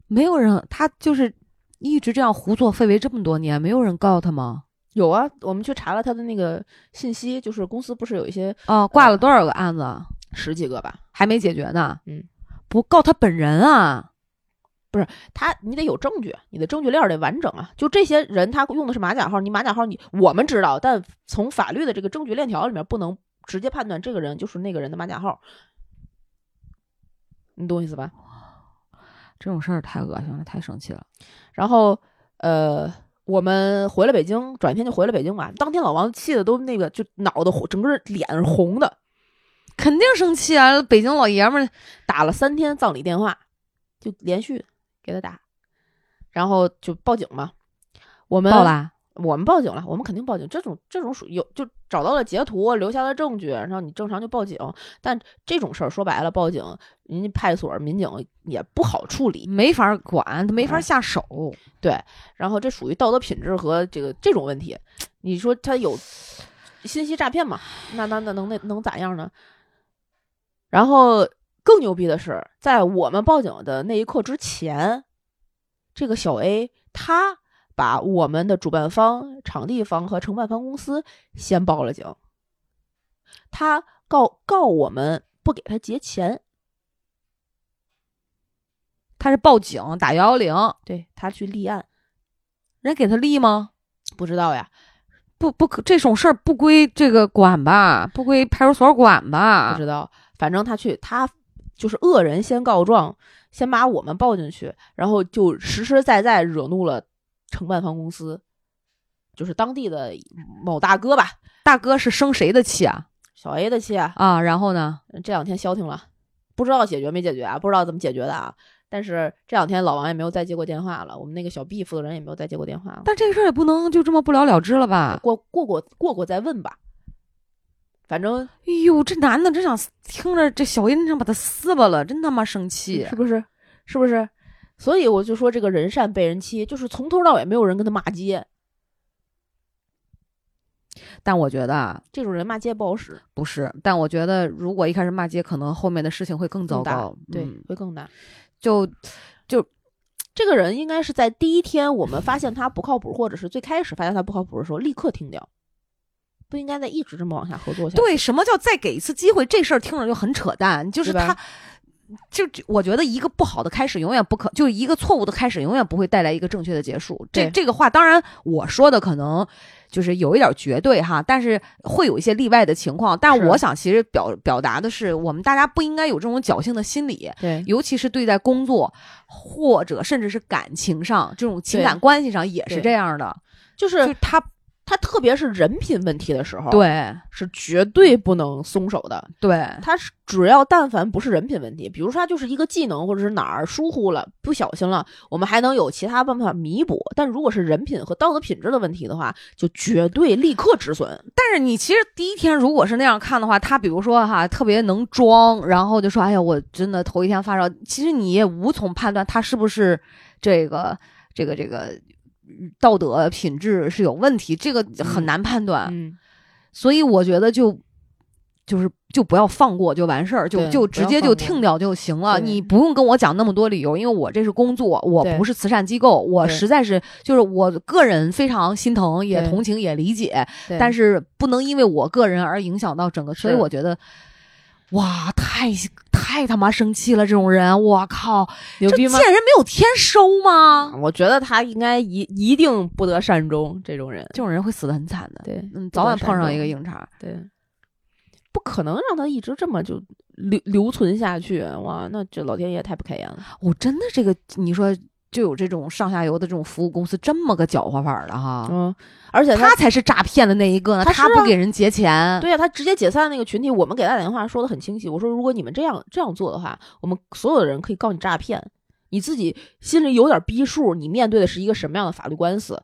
[SPEAKER 1] 没有人，他就是一直这样胡作非为这么多年，没有人告他吗？
[SPEAKER 3] 有啊，我们去查了他的那个信息，就是公司不是有一些
[SPEAKER 1] 哦，挂了多少个案子
[SPEAKER 3] 十几个吧？
[SPEAKER 1] 还没解决呢？
[SPEAKER 3] 嗯，
[SPEAKER 1] 不告他本人啊？
[SPEAKER 3] 他你得有证据，你的证据链儿得完整啊。就这些人，他用的是马甲号，你马甲号你我们知道，但从法律的这个证据链条里面不能直接判断这个人就是那个人的马甲号，你懂我意思吧？
[SPEAKER 1] 这种事儿太恶心了，太生气了。
[SPEAKER 3] 然后呃，我们回了北京，转天就回了北京嘛。当天老王气的都那个，就脑子红整个脸是红的，
[SPEAKER 1] 肯定生气啊！北京老爷们儿，
[SPEAKER 3] 打了三天葬礼电话，就连续给他打，然后就报警嘛。我们
[SPEAKER 1] 报啊啦！
[SPEAKER 3] 我们报警了，我们肯定报警。这种这种属于有就找到了截图，留下了证据，然后你正常就报警。但这种事儿说白了，报警人家派出所民警也不好处理，
[SPEAKER 1] 没法管，他没法
[SPEAKER 3] 嗯
[SPEAKER 1] 下手。
[SPEAKER 3] 然后这属于道德品质和这个这种问题。你说他有信息诈骗嘛？那那那能那能咋样呢？然后更牛逼的是，在我们报警的那一刻之前，这个小 A 他把我们的主办方、场地方和承办方公司先报了警，他告告我们不给他结钱，
[SPEAKER 1] 他是报警打幺幺零，
[SPEAKER 3] 对他去立案，
[SPEAKER 1] 人家给他立吗？
[SPEAKER 3] 不知道呀，
[SPEAKER 1] 不不可，这种事儿不归这个管吧，不归派出所管
[SPEAKER 3] 不
[SPEAKER 1] 吧？
[SPEAKER 3] 知道，反正他去他就是恶人先告状，先把我们报进去，然后就实实在在惹怒了承办方公司，就是当地的某大哥吧，
[SPEAKER 1] 大哥是生谁的气啊？
[SPEAKER 3] 小 A 的气啊，
[SPEAKER 1] 啊，然后呢？
[SPEAKER 3] 这两天消停了，不知道解决没解决啊，不知道怎么解决的啊。但是这两天老王也没有再接过电话了，我们那个小 B 负责人也没有再接过电话了，
[SPEAKER 1] 但这个事儿也不能就这么不了了之了吧？
[SPEAKER 3] 过过过过过再问吧。反正
[SPEAKER 1] 哎呦，这男的真想听着这小 A 真想把他撕巴了，真他妈生气
[SPEAKER 3] 是！不是？是不是？所以我就说这个人善被人欺，就是从头到尾没有人跟他骂街，
[SPEAKER 1] 但我觉得啊，
[SPEAKER 3] 这种人骂街不好使，
[SPEAKER 1] 不是，但我觉得如果一开始骂街，可能后面的事情会更糟
[SPEAKER 3] 更大
[SPEAKER 1] 糕。
[SPEAKER 3] 对，
[SPEAKER 1] 嗯
[SPEAKER 3] 会更难。
[SPEAKER 1] 就
[SPEAKER 3] 这个人应该是在第一天我们发现他不靠谱，或者是最开始发现他不靠谱的时候，立刻停掉，不应该再一直这么往下合作下去。
[SPEAKER 1] 对，什么叫再给一次机会？这事儿听着就很扯淡，就是
[SPEAKER 3] 对吧
[SPEAKER 1] 他。就我觉得一个不好的开始永远不可，就是一个错误的开始永远不会带来一个正确的结束。这
[SPEAKER 3] 对
[SPEAKER 1] 这个话当然我说的可能就是有一点绝对哈，但是会有一些例外的情况。但
[SPEAKER 3] 是
[SPEAKER 1] 我想其实表表达的是，我们大家不应该有这种侥幸的心理，
[SPEAKER 3] 对
[SPEAKER 1] 尤其是对待工作或者甚至是感情上这种情
[SPEAKER 3] 对
[SPEAKER 1] 感关系上也是
[SPEAKER 3] 对
[SPEAKER 1] 这样的。
[SPEAKER 3] 就是
[SPEAKER 1] 就是他
[SPEAKER 3] 他特别是人品问题的时候，，
[SPEAKER 1] 对
[SPEAKER 3] 是绝对不能松手的。
[SPEAKER 1] 对
[SPEAKER 3] 他是只要但凡不是人品问题，比如说他就是一个技能或者是哪儿疏忽了、不小心了，我们还能有其他办法弥补。但如果是人品和道德品质的问题的话，就绝对立刻止损。
[SPEAKER 1] 但是你其实第一天如果是那样看的话，他比如说哈特别能装，然后就说哎呀我真的头一天发烧，其实你也无从判断他是不是这个这个这个嗯道德品质是有问题，这个很难判断。
[SPEAKER 3] 嗯，
[SPEAKER 1] 所以我觉得就就是就不要放过就完事儿，就
[SPEAKER 3] 对
[SPEAKER 1] 就
[SPEAKER 3] 不
[SPEAKER 1] 直
[SPEAKER 3] 要
[SPEAKER 1] 接
[SPEAKER 3] 放
[SPEAKER 1] 就
[SPEAKER 3] 过
[SPEAKER 1] 听掉就行了。
[SPEAKER 3] 对
[SPEAKER 1] 你不用跟我讲那么多理由，因为我这是工作，我
[SPEAKER 3] 对
[SPEAKER 1] 不是慈善机构，我
[SPEAKER 3] 对
[SPEAKER 1] 实在是就是我个人非常心疼，也
[SPEAKER 3] 对
[SPEAKER 1] 同情，也理解。但
[SPEAKER 3] 啊但是
[SPEAKER 1] 是不能因为我个人而影响到整个，所以
[SPEAKER 3] 是
[SPEAKER 1] 我觉得，哇，太太他妈生气了！这种人，我靠，
[SPEAKER 3] 牛
[SPEAKER 1] 这
[SPEAKER 3] 逼
[SPEAKER 1] 贱
[SPEAKER 3] 吗？
[SPEAKER 1] 人没有天收吗？
[SPEAKER 3] 我觉得他应该一一定不得善终，这种人。
[SPEAKER 1] 这种人会死的很惨的，
[SPEAKER 3] 对
[SPEAKER 1] 嗯，
[SPEAKER 3] 不
[SPEAKER 1] 早晚
[SPEAKER 3] 得
[SPEAKER 1] 碰
[SPEAKER 3] 善
[SPEAKER 1] 上一个
[SPEAKER 3] 终
[SPEAKER 1] 硬茬。
[SPEAKER 3] 对，不可能让他一直这么就留留存下去。哇，那这老天爷太不开眼了。
[SPEAKER 1] 我、真的这个，你说就有这种上下游的这种服务公司这么个搅和法儿的哈，
[SPEAKER 3] 嗯，而且
[SPEAKER 1] 他才是诈骗的那一个呢，
[SPEAKER 3] 他
[SPEAKER 1] 他
[SPEAKER 3] 是
[SPEAKER 1] 不
[SPEAKER 3] 啊
[SPEAKER 1] 给人结钱，
[SPEAKER 3] 对呀、他直接解散那个群体。我们给他打电话说的很清晰，我说如果你们这样这样做的话，我们所有的人可以告你诈骗。你自己心里有点逼数，你面对的是一个什么样的法律官司？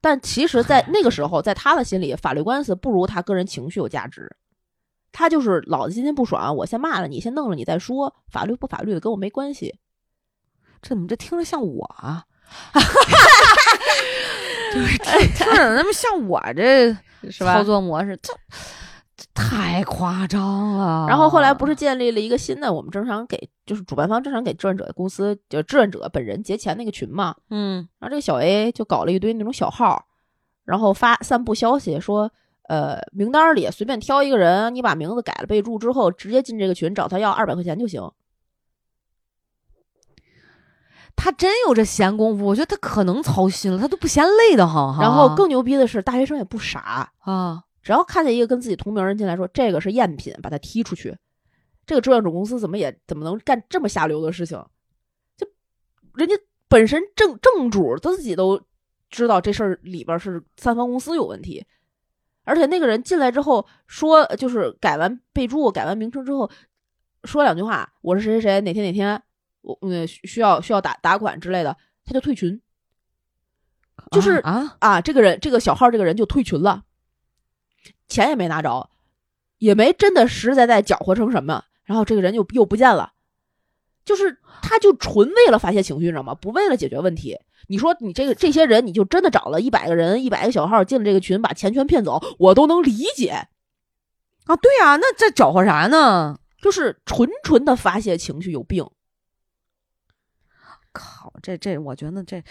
[SPEAKER 3] 但其实，在那个时候，在他的心里，法律官司不如他个人情绪有价值。他就是老子今天不爽，我先骂了你，先弄了你再说，法律不法律的跟我没关系。
[SPEAKER 1] 这怎么这听着像我 啊？就是听哎听着那么像我这操作模式，这这太夸张了。
[SPEAKER 3] 然后后来不是建立了一个新的，我们正常给就是主办方正常给志愿者公司就志愿者本人结钱那个群嘛，
[SPEAKER 1] 嗯
[SPEAKER 3] 然后这个小 A 就搞了一堆那种小号，然后发散布消息说，呃，名单里随便挑一个人，你把名字改了备注之后，直接进这个群找他要二百块钱就行。
[SPEAKER 1] 他真有这闲工夫，我觉得他可能操心了，他都不嫌累的很哈。
[SPEAKER 3] 然后更牛逼的是，大学生也不傻，
[SPEAKER 1] 啊，
[SPEAKER 3] 只要看见一个跟自己同名人进来说这个是赝品，把他踢出去。这个志愿者公司怎么也怎么能干这么下流的事情？就人家本身正正主他自己都知道这事儿里边是三方公司有问题，而且那个人进来之后说，呃就是改完备注、改完名称之后，说两句话，我是谁谁谁，哪天哪天，我嗯需需要需要打打款之类的，他就退群就是
[SPEAKER 1] 啊，
[SPEAKER 3] 啊。这个人这个小号这个人就退群了，钱也没拿着，也没真的实实在在搅和成什么，然后这个人就又不见了。就是他就纯为了发泄情绪，你知道吗？不为了解决问题，你说你这个这些人，你就真的找了一百个人、一百个小号进了这个群，把钱全骗走，我都能理解，
[SPEAKER 1] 啊，对啊，那这搅和啥呢？
[SPEAKER 3] 就是纯纯的发泄情绪有病。
[SPEAKER 1] 靠，这这，我觉得这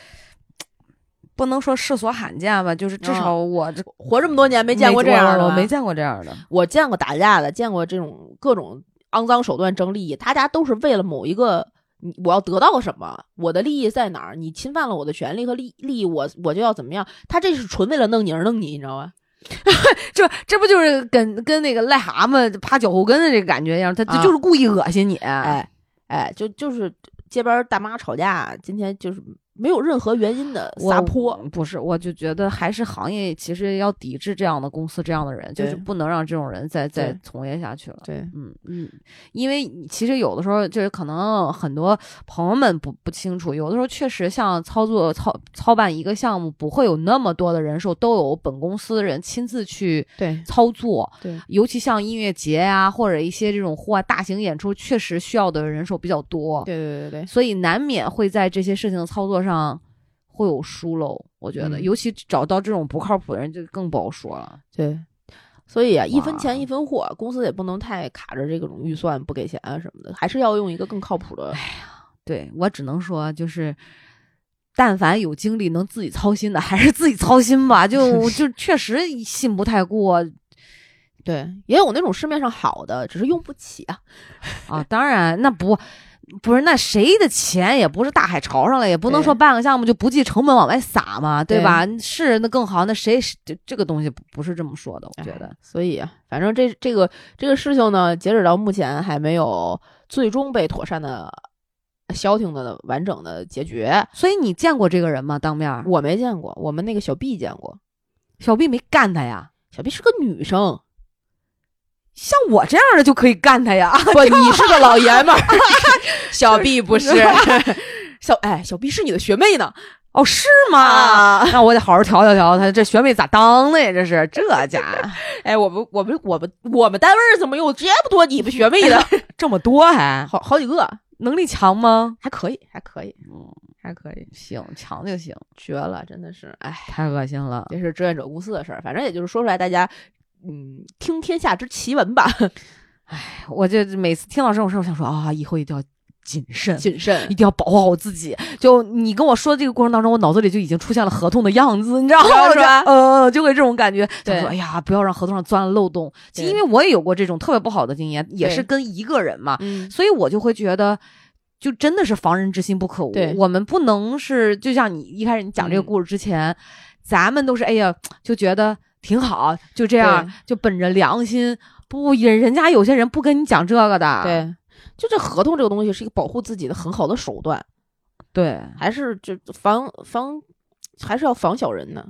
[SPEAKER 1] 不能说世所罕见吧，就是至少哦我这
[SPEAKER 3] 活这么多年没见过这样的，啊
[SPEAKER 1] 我没见过这啊样的。
[SPEAKER 3] 我见过打架的，见过这种各种肮脏手段争利益，大家都是为了某一个，你我要得到个什么，我的利益在哪儿？你侵犯了我的权利和利利益，我我就要怎么样？他这是纯为了弄你而弄你，你知道吗？
[SPEAKER 1] 这这不就是跟跟那个癞蛤蟆趴脚后跟的这个感觉一样？他他
[SPEAKER 3] 啊
[SPEAKER 1] 就是故意恶心你。
[SPEAKER 3] 哎哎，就就是街边大妈吵架，今天就是没有任何原因的
[SPEAKER 1] 我
[SPEAKER 3] 撒泼。
[SPEAKER 1] 不是，我就觉得还是行业其实要抵制这样的公司、这样的人，就是
[SPEAKER 3] 对
[SPEAKER 1] 不能让这种人再再
[SPEAKER 3] 对
[SPEAKER 1] 从业下去了。
[SPEAKER 3] 对，
[SPEAKER 1] 嗯嗯，因为你其实有的时候就是可能很多朋友们不不清楚，有的时候确实像操作操操办一个项目，不会有那么多的人手，都有本公司的人亲自去
[SPEAKER 3] 对
[SPEAKER 1] 操作。
[SPEAKER 3] 对，
[SPEAKER 1] 尤其像音乐节啊，或者一些这种户外大型演出，确实需要的人手比较多，
[SPEAKER 3] 对对对对，
[SPEAKER 1] 所以难免会在这些事情的操作上会有疏漏。我觉得，
[SPEAKER 3] 嗯
[SPEAKER 1] 尤其找到这种不靠谱的人，就更不好说了。
[SPEAKER 3] 对，所以啊，一分
[SPEAKER 1] 哇
[SPEAKER 3] 钱一分货，公司也不能太卡着这种预算不给钱啊什么的，还是要用一个更靠谱的。
[SPEAKER 1] 对我只能说，就是但凡有精力能自己操心的，还是自己操心吧。 就就确实信不太过
[SPEAKER 3] 对，也有那种市面上好的，只是用不起啊。
[SPEAKER 1] 啊。当然，那不不是那谁的钱也不是大海潮上来，也不能
[SPEAKER 3] 对
[SPEAKER 1] 说办个项目就不计成本往外撒嘛，对
[SPEAKER 3] 对
[SPEAKER 1] 吧？是那更好，那谁这这个东西不不是这么说的，我觉得
[SPEAKER 3] 哎。所以啊，反正这这个这个事情呢，截止到目前还没有最终被妥善的消停的完整的解决。
[SPEAKER 1] 所以你见过这个人吗？当面儿
[SPEAKER 3] 我没见过，我们那个小 B 见过，
[SPEAKER 1] 小 B 没干他呀。
[SPEAKER 3] 小 B 是个女生，
[SPEAKER 1] 像我这样的就可以干他呀！
[SPEAKER 3] 不，你是个老爷 们儿，小 B 不是。小哎，小 B 是你的学妹呢
[SPEAKER 1] 哦，是吗？
[SPEAKER 3] 啊！
[SPEAKER 1] 那我得好好调教调教他，这学妹咋当的呀？这是 这家伙
[SPEAKER 3] 哎，我们我们我们我们单位儿怎么有这么多你们学妹的？
[SPEAKER 1] 这么多还
[SPEAKER 3] 好好几个，
[SPEAKER 1] 能力强吗？
[SPEAKER 3] 还可以，还可以，
[SPEAKER 1] 嗯，
[SPEAKER 3] 还可以，
[SPEAKER 1] 行，强就行，
[SPEAKER 3] 绝了，真的是，哎，
[SPEAKER 1] 太恶心了。
[SPEAKER 3] 这是志愿者公司的事儿，反正也就是说出来，大家嗯听天下之奇闻吧，
[SPEAKER 1] 我就每次听到这种事儿，我想说啊，以后一定要谨慎。
[SPEAKER 3] 谨 慎
[SPEAKER 1] 一。定要保护好我自己。就你跟我说这个过程当中，我脑子里就已经出现了合同的样子，你知道吗？
[SPEAKER 3] 是吧
[SPEAKER 1] 我就呃，就会这种感觉。
[SPEAKER 3] 对
[SPEAKER 1] 想说哎呀，不要让合同上钻了漏洞。其实因
[SPEAKER 3] 对
[SPEAKER 1] 为我也有过这种特别不好的经验，也
[SPEAKER 3] 对
[SPEAKER 1] 是跟一个人嘛，
[SPEAKER 3] 嗯，
[SPEAKER 1] 所以我就会觉得，就真的是防人之心不可无
[SPEAKER 3] 对。
[SPEAKER 1] 我们不能是就像你一开始你讲这个
[SPEAKER 3] 嗯
[SPEAKER 1] 故事之前，咱们都是哎呀就觉得挺好，就这样
[SPEAKER 3] 对
[SPEAKER 1] 就本着良心。不，人人家有些人不跟你讲这个的，
[SPEAKER 3] 对，就这合同这个东西是一个保护自己的很好的手段，
[SPEAKER 1] 对
[SPEAKER 3] 还是就防防，还是要防小人呢。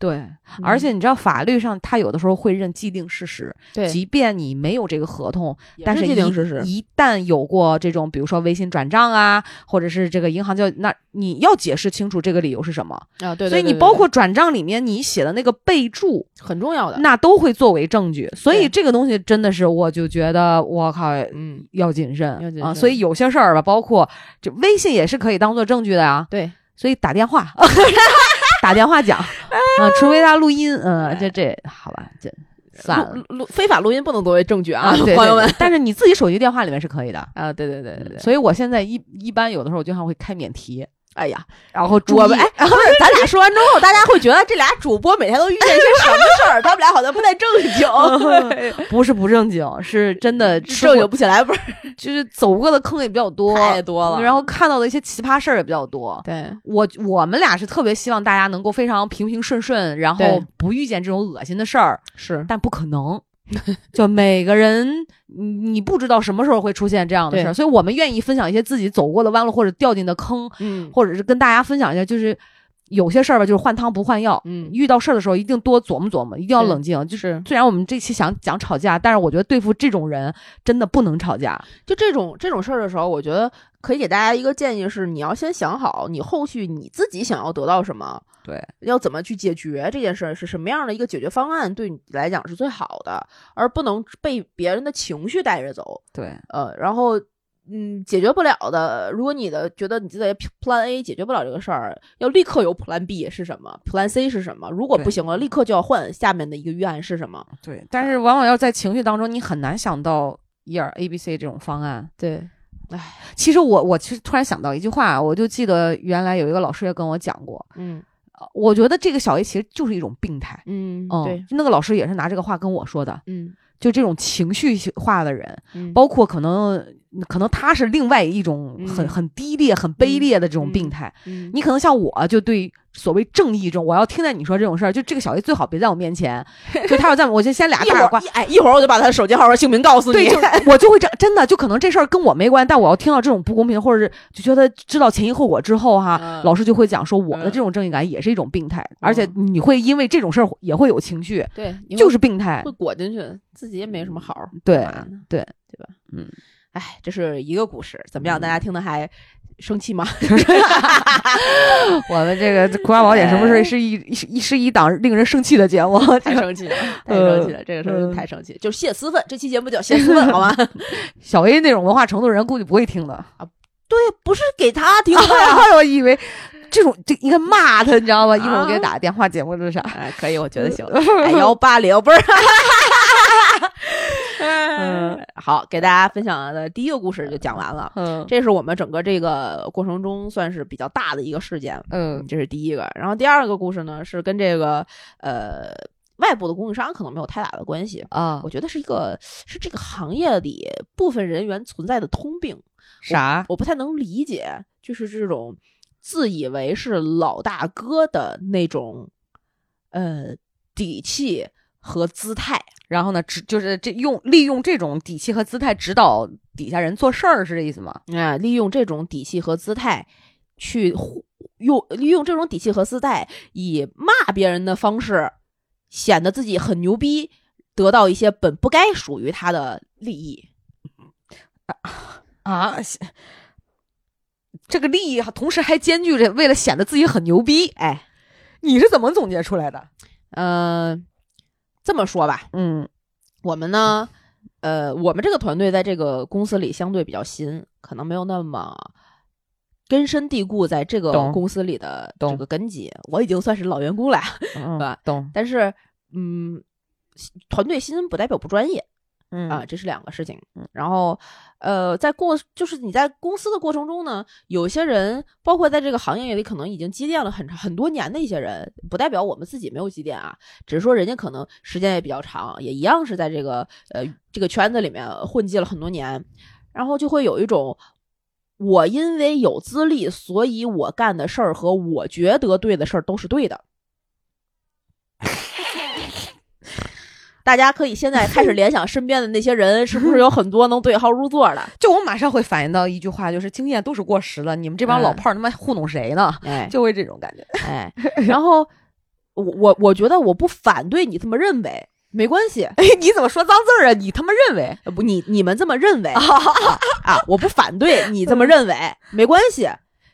[SPEAKER 1] 对，
[SPEAKER 3] 嗯
[SPEAKER 1] 而且你知道法律上他有的时候会认既定事实，
[SPEAKER 3] 对，
[SPEAKER 1] 即便你没有这个合同，
[SPEAKER 3] 也
[SPEAKER 1] 但是
[SPEAKER 3] 既定
[SPEAKER 1] 一
[SPEAKER 3] 事实，
[SPEAKER 1] 一旦有过这种，比如说微信转账啊，或者是这个银行交易，那你要解释清楚这个理由是什么。
[SPEAKER 3] 啊，对，对
[SPEAKER 1] 所以
[SPEAKER 3] 对
[SPEAKER 1] 你
[SPEAKER 3] 对
[SPEAKER 1] 包括转账里面你写的那个备注，
[SPEAKER 3] 很重要的，
[SPEAKER 1] 那都会作为证据。所以
[SPEAKER 3] 对
[SPEAKER 1] 这个东西真的是，我就觉得我靠。
[SPEAKER 3] 嗯，
[SPEAKER 1] 要谨慎
[SPEAKER 3] 要谨
[SPEAKER 1] 啊，
[SPEAKER 3] 慎
[SPEAKER 1] 所以有些事儿吧，包括这微信也是可以当做证据的啊，
[SPEAKER 3] 对，
[SPEAKER 1] 所以打电话， 打电话讲啊，
[SPEAKER 3] 哎
[SPEAKER 1] 除非他录音，嗯，这这好吧，这算了
[SPEAKER 3] 录录非法录音不能作为证据啊，
[SPEAKER 1] 对
[SPEAKER 3] 朋友们。，
[SPEAKER 1] 对但是你自己手机电话里面是可以的。
[SPEAKER 3] 啊，对对对对对，
[SPEAKER 1] 所以我现在一一般有的时候我经常会开免提，
[SPEAKER 3] 哎呀，
[SPEAKER 1] 然后注
[SPEAKER 3] 我
[SPEAKER 1] 意
[SPEAKER 3] 们哎，不是，咱俩说完之后，大家会觉得这俩主播每天都遇见一些什么事儿，他们俩好像不太正 经，
[SPEAKER 1] 不是不正经，是真 的吃
[SPEAKER 3] 正
[SPEAKER 1] 过
[SPEAKER 3] 经嗯不起来，不是
[SPEAKER 1] 就是走过的坑也比较多，
[SPEAKER 3] 多
[SPEAKER 1] 然后看到的一些奇葩事儿也比较多。
[SPEAKER 3] 对
[SPEAKER 1] 我我们俩是特别希望大家能够非常平平顺顺，然后
[SPEAKER 3] 对
[SPEAKER 1] 不遇见这种恶心的事儿，
[SPEAKER 3] 是，
[SPEAKER 1] 但不可 能。就每个人，你你不知道什么时候会出现这样的事儿，
[SPEAKER 3] 对
[SPEAKER 1] 所以我们愿意分享一些自己走过的弯路，或者掉进的坑，
[SPEAKER 3] 嗯
[SPEAKER 1] 或者是跟大家分享一下，就是有些事儿吧，就是换汤不换药。
[SPEAKER 3] 嗯，
[SPEAKER 1] 遇到事儿的时候，一定多琢磨琢磨，一定要
[SPEAKER 3] 对
[SPEAKER 1] 冷静。就是
[SPEAKER 3] 是
[SPEAKER 1] 虽然我们这期想讲吵架，但是我觉得对付这种人真的不能吵架。
[SPEAKER 3] 就这种这种事儿的时候，我觉得可以给大家一个建议是，你要先想好你后续你自己想要得到什么，
[SPEAKER 1] 对，
[SPEAKER 3] 要怎么去解决这件事儿，是什么样的一个解决方案对你来讲是最好的，而不能被别人的情绪带着走。
[SPEAKER 1] 对
[SPEAKER 3] 呃，然后嗯解决不了的，如果你的觉得你自己的 Plan A 解决不了这个事儿，要立刻有 Plan B 是什么，Plan C 是什么？如果
[SPEAKER 1] 对
[SPEAKER 3] 不行了，立刻就要换下面的一个预案是什么？
[SPEAKER 1] 对，但是往往要在情绪当中，你很难想到一二 A B C 这种方案。
[SPEAKER 3] 对，
[SPEAKER 1] 其实我我其实突然想到一句话，我就记得原来有一个老师也跟我讲过，
[SPEAKER 3] 嗯
[SPEAKER 1] 呃我觉得这个小 A 其实就是一种病态。
[SPEAKER 3] 嗯
[SPEAKER 1] 嗯，
[SPEAKER 3] 对，，
[SPEAKER 1] 那个老师也是拿这个话跟我说的，
[SPEAKER 3] 嗯
[SPEAKER 1] 就这种情绪化的人，
[SPEAKER 3] 嗯
[SPEAKER 1] 包括可能可能他是另外一种很、
[SPEAKER 3] 嗯
[SPEAKER 1] 很低劣、很卑劣的这种病
[SPEAKER 3] 嗯
[SPEAKER 1] 态。
[SPEAKER 3] 嗯
[SPEAKER 1] 你可能像我，就对所谓正义这种，我要听见你说这种事儿，就这个小 A 最好别在我面 前，就他要在我我就先俩
[SPEAKER 3] 一
[SPEAKER 1] 大
[SPEAKER 3] 会
[SPEAKER 1] 耳刮
[SPEAKER 3] 儿，一哎，一会儿我就把他的手机号和姓名告诉你。
[SPEAKER 1] 对，就 我就会这真的就可能这事儿跟我没关，但我要听到这种不公平，或者是就觉得知道前因后果之后哈、
[SPEAKER 3] 嗯
[SPEAKER 1] 老师就会讲说我的
[SPEAKER 3] 嗯
[SPEAKER 1] 这种正义感也是一种病态，而且你会因为这种事儿也会有情绪，
[SPEAKER 3] 对，你
[SPEAKER 1] 就
[SPEAKER 3] 会
[SPEAKER 1] 是病态
[SPEAKER 3] 会，裹进去，自己也没什么好。
[SPEAKER 1] 对
[SPEAKER 3] 嘛呢
[SPEAKER 1] 对，
[SPEAKER 3] 对吧？
[SPEAKER 1] 嗯，
[SPEAKER 3] 哎，这是一个故事，怎么样？大家听的还生气吗？
[SPEAKER 1] 我们这个《葵花宝典》什么时候是一一是一档令人生气的 节目？
[SPEAKER 3] 太生气了，太生气了，这个事
[SPEAKER 1] 嗯
[SPEAKER 3] 儿太生气了，就是泄私愤。这期节目叫泄 私愤，好吗？
[SPEAKER 1] 小 A 那种文化程度的人估计不会听的。
[SPEAKER 3] 对，不是给他听的呀。
[SPEAKER 1] 哎呦，我以为这种这应该骂他，你知道吗？一会儿我给他
[SPEAKER 3] 啊
[SPEAKER 1] 打个电话，节目这是啥？
[SPEAKER 3] 哎，可以，我觉得 行。哎，幺八零不是。嗯， 好，给大家分享的第一个故事就讲完了。
[SPEAKER 1] 嗯
[SPEAKER 3] 这是我们整个这个过程中算是比较大的一个事件，
[SPEAKER 1] 嗯
[SPEAKER 3] 嗯，这是第一个。然后第二个故事呢，是跟这个呃外部的供应商可能没有太大的关系。
[SPEAKER 1] 啊
[SPEAKER 3] 我觉得是一个是这个行业里部分人员存在的通病，
[SPEAKER 1] 啥？
[SPEAKER 3] 我不太能理解，就是这种自以为是老大哥的那种呃底气和姿态。
[SPEAKER 1] 然后呢，指就是这用利用这种底气和姿态指导底下人做事儿，是这意思吗？
[SPEAKER 3] 啊，利用这种底气和姿态去忽用利用这种底气和姿态，以骂别人的方式，显得自己很牛逼，得到一些本不该属于他的利益。
[SPEAKER 1] 啊，这个利益还同时还兼具着为了显得自己很牛逼，
[SPEAKER 3] 哎，
[SPEAKER 1] 你是怎么总结出来的？
[SPEAKER 3] 呃，这么说吧，
[SPEAKER 1] 嗯
[SPEAKER 3] 我们呢，呃，我们这个团队在这个公司里相对比较新，可能没有那么。根深蒂固在这个
[SPEAKER 1] 懂
[SPEAKER 3] 公司里的这
[SPEAKER 1] 懂
[SPEAKER 3] 个根基，我已经算是老员工了 呀。
[SPEAKER 1] 嗯
[SPEAKER 3] 吧，
[SPEAKER 1] 懂
[SPEAKER 3] 但是，嗯，团队新不代表不专业，
[SPEAKER 1] 嗯
[SPEAKER 3] 啊，这是两个事情。然后，呃，在过就是你在公司的过程中呢，有些人，包括在这个行业里可能已经积淀了很长很多年的一些人，不代表我们自己没有积淀啊，只是说人家可能时间也比较长，也一样是在这个呃这个圈子里面混迹了很多年，然后就会有一种。我因为有资历，所以我干的事儿和我觉得对的事儿都是对的。大家可以现在开始联想身边的那些人，是不是有很多能对号入座的？
[SPEAKER 1] 就我马上会反应到一句话，就是经验都是过时的，你们这帮老
[SPEAKER 3] 嗯
[SPEAKER 1] 炮儿他妈糊弄谁呢？
[SPEAKER 3] 哎，
[SPEAKER 1] 就会这种感觉。
[SPEAKER 3] 哎，然后我我我觉得我不反对你这么认为，没关系，
[SPEAKER 1] 哎，你怎么说脏字儿啊？你他妈认为？
[SPEAKER 3] 呃不，你你们这么认为啊啊，我不反对你这么认为，没关系，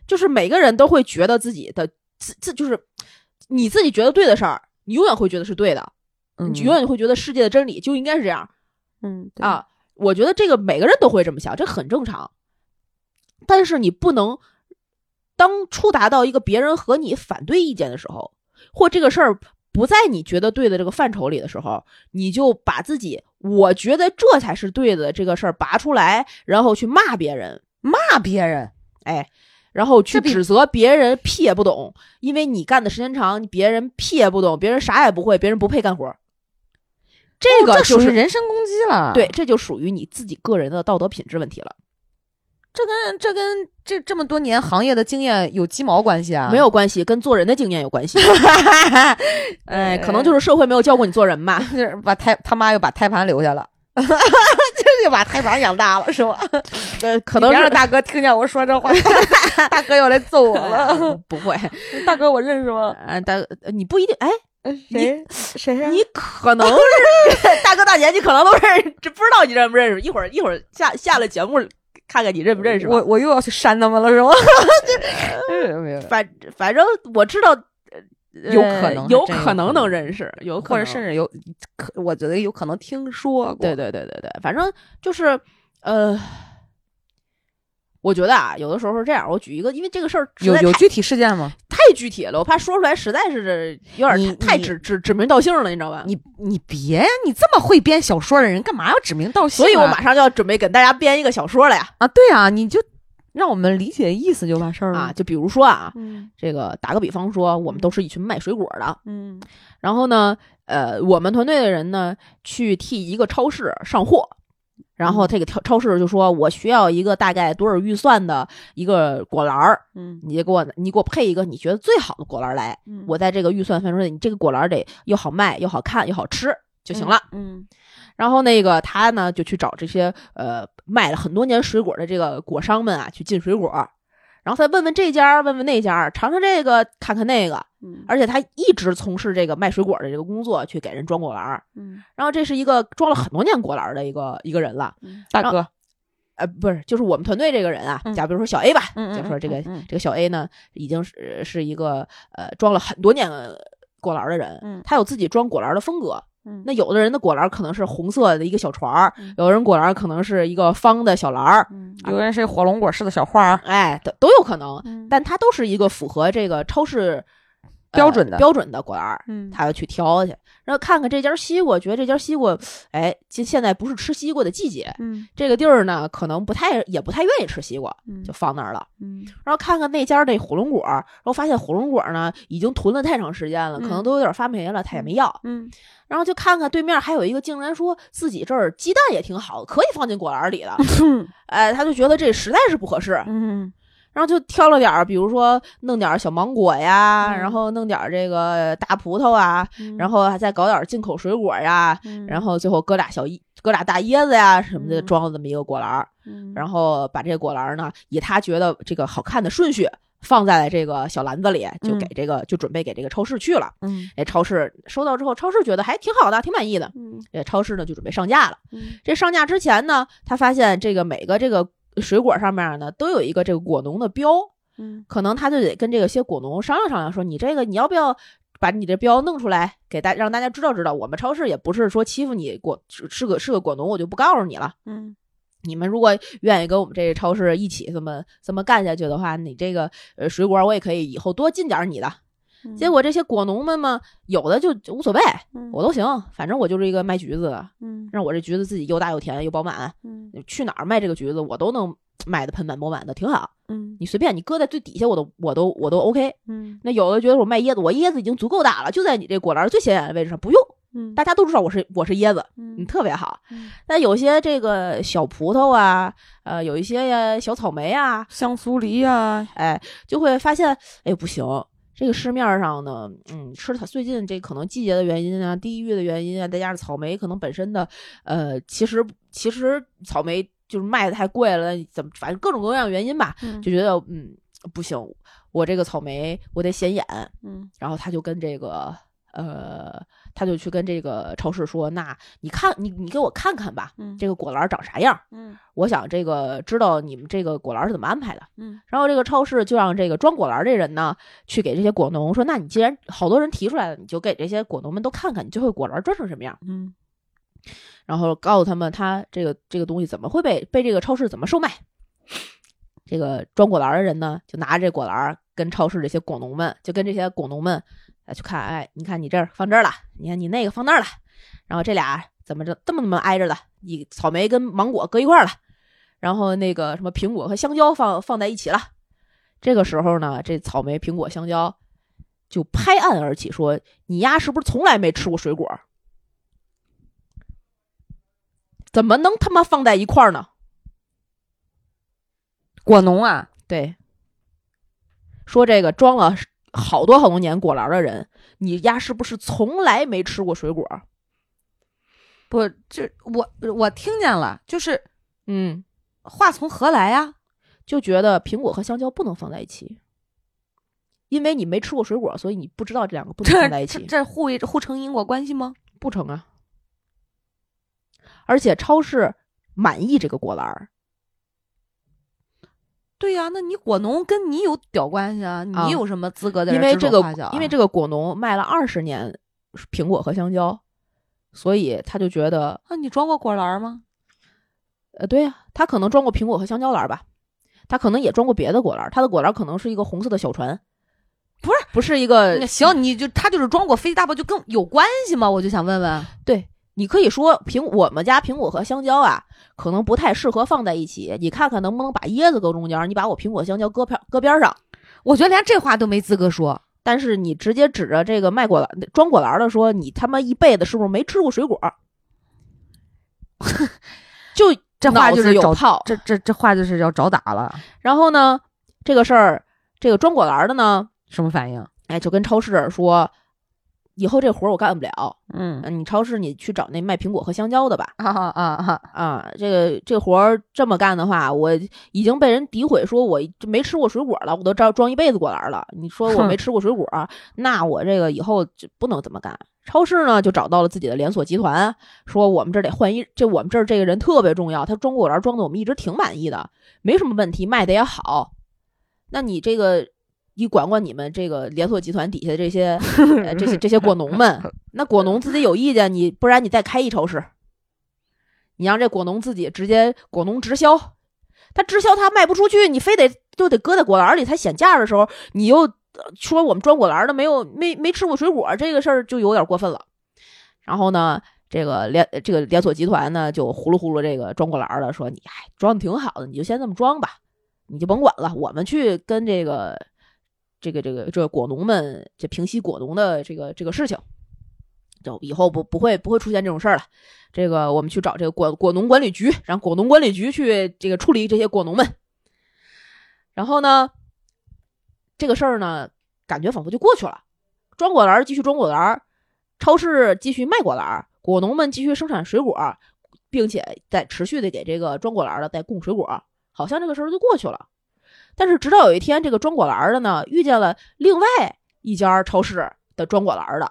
[SPEAKER 3] 就是每个人都会觉得自己的自自就是你自己觉得对的事儿，你永远会觉得是对的，你永远会觉得世界的真理就应该是这样
[SPEAKER 1] 嗯，
[SPEAKER 3] 啊。我觉得这个每个人都会这么想，这很正常，但是你不能当触达到一个别人和你反对意见的时候，或这个事儿不在你觉得对的这个范畴里的时候，你就把自己我觉得这才是对的这个事儿拔出来，然后去骂别人，
[SPEAKER 1] 骂别人，
[SPEAKER 3] 哎，然后去
[SPEAKER 1] 这比
[SPEAKER 3] 指责别人屁也不懂，因为你干的时间长，别人屁也不懂，别人啥也不会，别人不配干活儿。这
[SPEAKER 1] 哦
[SPEAKER 3] 个就
[SPEAKER 1] 属于
[SPEAKER 3] 是、
[SPEAKER 1] 人身啊攻击了。
[SPEAKER 3] 对，，这就属于你自己个人的道德品质问题了，
[SPEAKER 1] 这跟这跟这这么多年行业的经验有鸡毛关系啊？
[SPEAKER 3] 没，有关系，跟做人的经验有 关系。哎，可能就是社会没有教过你做人 吧。
[SPEAKER 1] 是把胎他妈又把胎盘留下了。 就是又把胎盘养大了，是吧？
[SPEAKER 3] 呃， 可
[SPEAKER 1] 可
[SPEAKER 3] 能
[SPEAKER 1] 能
[SPEAKER 3] 是
[SPEAKER 1] 让大哥听见我说这话， 大哥要来揍我了。
[SPEAKER 3] 不 会，哎
[SPEAKER 1] 哎大哥，我认识吗？
[SPEAKER 3] 呃，大呃你不一定，哎，
[SPEAKER 1] 谁谁啊呀
[SPEAKER 3] 你可能是大哥大姐，你可能都认识，这不知道你认不认识。一会儿一会儿下下了节目，看看你认不认识吧。
[SPEAKER 1] 我我又要去扇他们了，是吗？ 这哎没有，
[SPEAKER 3] 反反正我知道，呃
[SPEAKER 1] 有可能还
[SPEAKER 3] 有
[SPEAKER 1] 真有
[SPEAKER 3] 可能
[SPEAKER 1] 可能
[SPEAKER 3] 能认识，有可
[SPEAKER 1] 或者
[SPEAKER 3] 能
[SPEAKER 1] 甚至有可，我觉得有可能听说过。
[SPEAKER 3] 对对对对对，反正就是呃，我觉得啊，有的时候是这样。我举一个，因为这个事儿实
[SPEAKER 1] 有
[SPEAKER 3] 在
[SPEAKER 1] 有
[SPEAKER 3] 太
[SPEAKER 1] 具体事件吗？
[SPEAKER 3] 太具体了，我怕说出来实在是有
[SPEAKER 1] 你
[SPEAKER 3] 点太
[SPEAKER 1] 你
[SPEAKER 3] 指指指名道姓了，你知道吧？
[SPEAKER 1] 你你别，你这么会编小说的人，干嘛要指名道姓啊、
[SPEAKER 3] 所以我马上就要准备给大家编一个小说了呀！
[SPEAKER 1] 啊，对啊，你就让我们理解意思就完事儿了
[SPEAKER 3] 啊，。就比如说啊，
[SPEAKER 1] 嗯
[SPEAKER 3] 这个打个比方说，我们都是一群卖水果的，
[SPEAKER 1] 嗯
[SPEAKER 3] 然后呢，呃，我们团队的人呢去替一个超市上货。然
[SPEAKER 1] 嗯
[SPEAKER 3] 后这个超超市就说：“我需要一个大概多少预算的一个果篮儿，
[SPEAKER 1] 嗯
[SPEAKER 3] 你就给我你给我配一个你觉得最好的果篮儿来。
[SPEAKER 1] 嗯
[SPEAKER 3] 我在这个预算范围内，你这个果篮儿得又好卖又好看又好吃就行了。
[SPEAKER 1] 嗯
[SPEAKER 3] 然后那个他呢就去找这些呃卖了很多年水果的这个果商们啊去进水果，然后他问问这家儿，问问那家儿，尝尝这个，看看那个，
[SPEAKER 1] 嗯
[SPEAKER 3] 而且他一直从事这个卖水果的这个工作，去给人装果篮儿。
[SPEAKER 1] 嗯，
[SPEAKER 3] 然后这是一个装了很多年果篮儿的一个一个人了，
[SPEAKER 1] 大
[SPEAKER 3] 然后
[SPEAKER 1] 哥，
[SPEAKER 3] 呃，不是，就是我们团队这个人啊
[SPEAKER 1] 嗯，
[SPEAKER 3] 假比如说小 A 吧，
[SPEAKER 1] 嗯嗯
[SPEAKER 3] 就说这个
[SPEAKER 1] 嗯嗯
[SPEAKER 3] 这个小 A 呢，已经是是一个呃装了很多年果篮儿的人，
[SPEAKER 1] 嗯
[SPEAKER 3] 他有自己装果篮儿的风格。
[SPEAKER 1] 嗯
[SPEAKER 3] 那有的人的果篮儿可能是红色的一个小船儿，
[SPEAKER 1] 嗯
[SPEAKER 3] 有的人果篮儿可能是一个方的小篮儿，
[SPEAKER 1] 嗯，有人是火龙果似的小花儿，
[SPEAKER 3] 哎，都都有可能，
[SPEAKER 1] 嗯
[SPEAKER 3] 但它都是一个符合这个超市、呃
[SPEAKER 1] 标准的
[SPEAKER 3] 标准的果篮儿。
[SPEAKER 1] 嗯
[SPEAKER 3] 他要去挑去，然后看看这家西瓜，觉得这家西瓜，哎，现现在不是吃西瓜的季节，
[SPEAKER 1] 嗯
[SPEAKER 3] 这个地儿呢，可能不太也不太愿意吃西瓜，
[SPEAKER 1] 嗯
[SPEAKER 3] 就放那儿了。
[SPEAKER 1] 嗯
[SPEAKER 3] 然后看看那家这火龙果，然后发现火龙果呢已经囤了太长时间了，可
[SPEAKER 1] 嗯
[SPEAKER 3] 能都有点发霉了，他也没要。
[SPEAKER 1] 嗯
[SPEAKER 3] 然后就看看对面还有一个竟然说自己这儿鸡蛋也挺好，可以放进果篮里的， 哎，他就觉得这实在是不合适，
[SPEAKER 1] 嗯
[SPEAKER 3] 然后就挑了点儿，比如说弄点儿小芒果呀，
[SPEAKER 1] 嗯
[SPEAKER 3] 然后弄点儿这个大葡萄啊，
[SPEAKER 1] 嗯，
[SPEAKER 3] 然后再搞点儿进口水果呀，然
[SPEAKER 1] 后
[SPEAKER 3] 后最后搁俩小椰搁俩大椰子呀什么的，
[SPEAKER 1] 嗯
[SPEAKER 3] 装了这么一个果篮儿。然后把这个果篮儿呢，以他觉得这个好看的顺序放在了这个小篮子里，就
[SPEAKER 1] 嗯
[SPEAKER 3] 给这个、就准备给这个超市去了。
[SPEAKER 1] 嗯
[SPEAKER 3] 哎，超市收到之后，超市觉得还挺好的，挺满意的。
[SPEAKER 1] 嗯
[SPEAKER 3] 哎，超市呢就准备上架了。
[SPEAKER 1] 嗯
[SPEAKER 3] 这上架之前呢，他发现这个每个这个水果上面呢都有一个这个果农的标，
[SPEAKER 1] 嗯
[SPEAKER 3] 可能他就得跟这个些果农商量商量，说你这个你要不要把你的标弄出来，给大让大家知道知道。我们超市也不是说欺负你果是是个是个果农，我就不告诉你了。
[SPEAKER 1] 嗯
[SPEAKER 3] 你们如果愿意跟我们这个超市一起这么这么干下去的话，你这个呃水果我也可以以后多进点儿你的。
[SPEAKER 1] 嗯，
[SPEAKER 3] 结果这些果农们嘛，有的就就无所谓，
[SPEAKER 1] 嗯
[SPEAKER 3] 我都行，反正我就是一个卖橘子的，
[SPEAKER 1] 嗯
[SPEAKER 3] 让我这橘子自己又大又甜又饱满，
[SPEAKER 1] 嗯
[SPEAKER 3] 去哪儿卖这个橘子我都能卖的盆满钵满的，挺好。
[SPEAKER 1] 嗯
[SPEAKER 3] 你随便你搁在最底下我都我都我都 OK。
[SPEAKER 1] 嗯
[SPEAKER 3] 那有的觉得我卖椰子，我椰子已经足够大了，就在你这果篮最显眼的位置上，不用，
[SPEAKER 1] 嗯
[SPEAKER 3] 大家都知道我是我是椰子，你
[SPEAKER 1] 嗯
[SPEAKER 3] 特别好。
[SPEAKER 1] 嗯
[SPEAKER 3] 那有些这个小葡萄啊，呃，有一些呀小草莓啊，
[SPEAKER 1] 香酥梨啊呀，
[SPEAKER 3] 哎，就会发现，哎，不行，这个市面上呢，嗯，吃它最近这可能季节的原因啊，地域的原因啊，再加上草莓可能本身的，呃，其实其实草莓就是卖的太贵了，怎么反正各种各样的原因吧，
[SPEAKER 1] 嗯
[SPEAKER 3] 就觉得嗯不行，我这个草莓我得显眼，
[SPEAKER 1] 嗯
[SPEAKER 3] 然后他就跟这个呃，他就去跟这个超市说，那你看你你给我看看吧，
[SPEAKER 1] 嗯
[SPEAKER 3] 这个果篮长啥样儿？
[SPEAKER 1] 嗯
[SPEAKER 3] 我想这个知道你们这个果篮是怎么安排的。
[SPEAKER 1] 嗯
[SPEAKER 3] 然后这个超市就让这个装果篮这人呢，去给这些果农说，那你既然好多人提出来了，你就给这些果农们都看看，你最后果篮装成什么样儿，
[SPEAKER 1] 嗯
[SPEAKER 3] 然后告诉他们他这个这个东西怎么会被被这个超市怎么售卖。这个装果篮的人呢，就拿着这果篮儿跟超市这些果农们，就跟这些果农们啊去看，哎，你看你这儿放这儿了，你看你那个放那儿了，然后这俩怎么着这么这么挨着的？你草莓跟芒果搁一块儿了，然后那个什么苹果和香蕉放放在一起了。这个时候呢，这草莓、苹果、香蕉就拍案而起，说：“你丫是不是从来没吃过水果？怎么能他妈放在一块儿呢？”
[SPEAKER 1] 果农啊，
[SPEAKER 3] 对，说这个装了好多好多年果篮的人，你丫是不是从来没吃过水果？
[SPEAKER 1] 不，这我我听见了，就是
[SPEAKER 3] 嗯，
[SPEAKER 1] 话从何来呀？
[SPEAKER 3] 就觉得苹果和香蕉不能放在一起，因为你没吃过水果，所以你不知道这两个不能
[SPEAKER 1] 这
[SPEAKER 3] 放在一
[SPEAKER 1] 这
[SPEAKER 3] 起，
[SPEAKER 1] 这互为互成因果关系吗？
[SPEAKER 3] 不成啊。而且超市满意这个果篮儿，
[SPEAKER 1] 对呀、那你果农跟你有屌关系啊？
[SPEAKER 3] 啊
[SPEAKER 1] 你有什么资格在
[SPEAKER 3] 因为
[SPEAKER 1] 指
[SPEAKER 3] 这
[SPEAKER 1] 手
[SPEAKER 3] 个
[SPEAKER 1] 画脚啊
[SPEAKER 3] 因为这个果农卖了二十年苹果和香蕉，所以他就觉得
[SPEAKER 1] 啊，你装过果篮吗？
[SPEAKER 3] 呃，对呀、他可能装过苹果和香蕉篮儿吧，他可能也装过别的果篮儿，他的果篮儿可能是一个红色的小船，不是不是一个
[SPEAKER 1] 那呃行，你就他就是装过飞机大炮，就跟有关系吗？我就想问问，
[SPEAKER 3] 你可以说苹我们家苹果和香蕉啊，可能不太适合放在一起。你看看能不能把椰子搁中间儿，你把我苹果、香蕉搁边搁边儿上。
[SPEAKER 1] 我觉得连这话都没资格说。
[SPEAKER 3] 但是你直接指着这个卖果篮装果篮儿的说，你他妈一辈子是不是没吃过水果？ 就
[SPEAKER 1] 这话
[SPEAKER 3] 脑
[SPEAKER 1] 就
[SPEAKER 3] 子
[SPEAKER 1] 是
[SPEAKER 3] 有
[SPEAKER 1] 找
[SPEAKER 3] 泡。
[SPEAKER 1] 这这这话就是要找打了，
[SPEAKER 3] 然后呢，这个事儿，这个装果篮儿的呢，
[SPEAKER 1] 什么反应？
[SPEAKER 3] 哎，就跟超市说，以后这活儿我干不了，
[SPEAKER 1] 嗯
[SPEAKER 3] 你超市你去找那卖苹果和香蕉的吧。
[SPEAKER 1] 啊啊啊！
[SPEAKER 3] 啊，这个这活儿这么干的话，我已经被人诋毁，说我就没吃过水果了，我都装装一辈子果篮儿了。你说我
[SPEAKER 1] 哼
[SPEAKER 3] 没吃过水果，那我这个以后就不能这么干。超市呢就找到了自己的连锁集团，说我们这儿得换一，这我们这儿这个人特别重要，他装果篮儿装的我们一直挺满意的，没什么问题，卖的也好。那你这个，你管管你们这个连锁集团底下这些、呃、这些这些果农们，那果农自己有意见，你不然你再开一超市，你让这果农自己直接果农直销，他直销他卖不出去，你非得就得搁在果篮里才显价的时候，你又呃说我们装果篮的没有没没吃过水果，这个事儿就有点过分了。然后呢，这个连这个连锁集团呢就呼噜呼噜这个装果篮的说你哎装的挺好的，你就先这么装吧，你就甭管了，我们去跟这个这个这个这个果农们这平息果农的这个这个事情。就以后不不会不会出现这种事儿了。这个我们去找这个果果农管理局，让果农管理局去这个处理这些果农们。然后呢，这个事儿呢，感觉仿佛就过去了。装果篮儿继续装果篮儿，超市继续卖果篮儿，果农们继续生产水果，并且在持续的给这个装果篮儿的在供水果，好像这个事儿就过去了。但是直到有一天，这个装果篮儿的呢遇见了另外一家超市的装果篮儿的，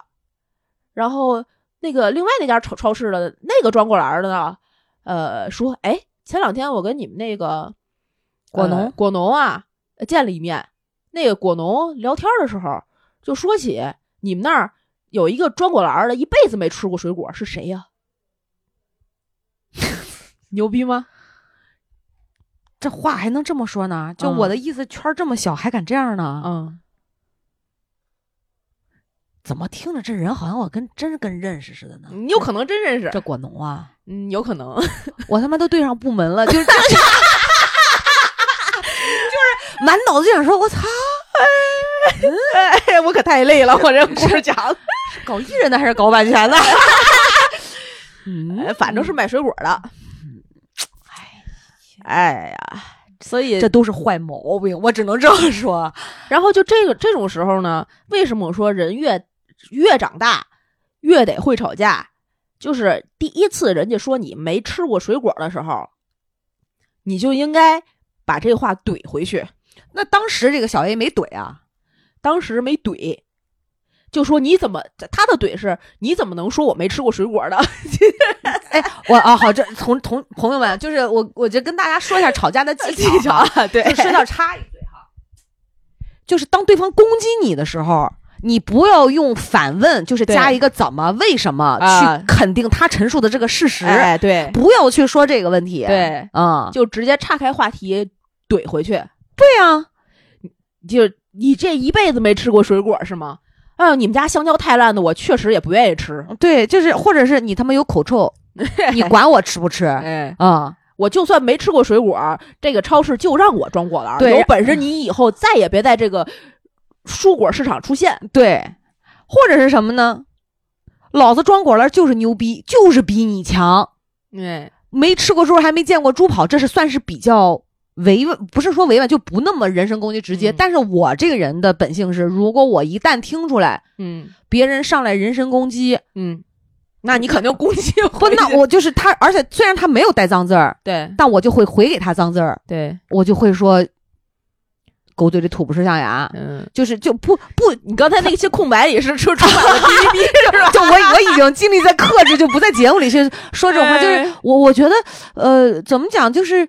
[SPEAKER 3] 然后那个另外那家超超市的那个装果篮儿的呢，呃，说，哎，前两天我跟你们那个
[SPEAKER 1] 果
[SPEAKER 3] 呃
[SPEAKER 1] 农
[SPEAKER 3] 果农啊呃见了一面，那个果农聊天的时候就说起你们那儿有一个装果篮儿的，一辈子没吃过水果，是谁呀、牛逼吗？
[SPEAKER 1] 这话还能这么说呢？就
[SPEAKER 3] 嗯
[SPEAKER 1] 我的意思，圈儿这么小，还敢这样呢？
[SPEAKER 3] 嗯，
[SPEAKER 1] 怎么听着这人好像我跟真是跟认识似的呢？
[SPEAKER 3] 你有可能真认识，
[SPEAKER 1] 这果农啊，
[SPEAKER 3] 嗯，有可能。
[SPEAKER 1] 我他妈都对上部门了，就是 就是满脑子就想说，我操，
[SPEAKER 3] 哎，我可太累了，我这 故事讲的，
[SPEAKER 1] 搞艺人的还是搞版 权的？嗯，
[SPEAKER 3] 哎反正是卖水果的。嗯哎呀，所以
[SPEAKER 1] 这都是坏毛病，我只能这么说。
[SPEAKER 3] 然后就这个这种时候呢，为什么我说人越越长大越得会吵架？就是第一次人家说你没吃过水果的时候，你就应该把这话怼回去。
[SPEAKER 1] 那当时这个小 A 没怼啊，
[SPEAKER 3] 当时没怼，就说你怎么他的怼是你怎么能说我没吃过水果呢？
[SPEAKER 1] 我啊好，这同同朋友们，就是我，我就跟大家说一下吵架的 技
[SPEAKER 3] 技
[SPEAKER 1] 巧
[SPEAKER 3] 巧
[SPEAKER 1] 啊，
[SPEAKER 3] 对
[SPEAKER 1] 就 说到插一嘴哈，就是当对方攻击你的时候。你不要用反问，就是加
[SPEAKER 3] 对
[SPEAKER 1] 一个怎么、为什么
[SPEAKER 3] 啊
[SPEAKER 1] 去肯定他陈述的这个事实，
[SPEAKER 3] 哎，对
[SPEAKER 1] 不要去说这个问题。，
[SPEAKER 3] 对，
[SPEAKER 1] 啊、
[SPEAKER 3] 就直接岔开话题怼回去。
[SPEAKER 1] 对
[SPEAKER 3] 啊
[SPEAKER 1] 呀、
[SPEAKER 3] 就是你这一辈子没吃过水果是吗？哎呦，你们家香蕉太烂的，我确实也不愿意吃。
[SPEAKER 1] 对，就是或者是你他妈有口臭，你管我吃不吃啊、
[SPEAKER 3] 哎，我就算没吃过水果，这个超市就让我装果篮儿。
[SPEAKER 1] 对
[SPEAKER 3] 有本事你以后再也别在这个蔬果市场出现。
[SPEAKER 1] 对，或者是什么呢？老子装果篮就是牛逼，就是比你强。
[SPEAKER 3] 哎，
[SPEAKER 1] 没吃过猪还没见过猪跑，这是算是比较委婉，不是说委婉，就不那么人身攻击直接。
[SPEAKER 3] 嗯
[SPEAKER 1] 但是我这个人的本性是，如果我一旦听出来
[SPEAKER 3] 嗯
[SPEAKER 1] 别人上来人身攻击，
[SPEAKER 3] 嗯，那你肯定攻击
[SPEAKER 1] 不，
[SPEAKER 3] 回去
[SPEAKER 1] 那我就是他，而且虽然他没有带脏字儿，
[SPEAKER 3] 对
[SPEAKER 1] 但我就会回给他脏字儿，
[SPEAKER 3] 对，
[SPEAKER 1] 我就会说狗嘴里吐不是象牙，
[SPEAKER 3] 嗯，
[SPEAKER 1] 就是就不不
[SPEAKER 3] 你刚才那些空白也是出出版了 PPT 是吧？
[SPEAKER 1] 就我我已经尽力在克制，就不在节目里去说这种话。就是
[SPEAKER 3] 哎
[SPEAKER 1] 我我觉得，呃，怎么讲，就是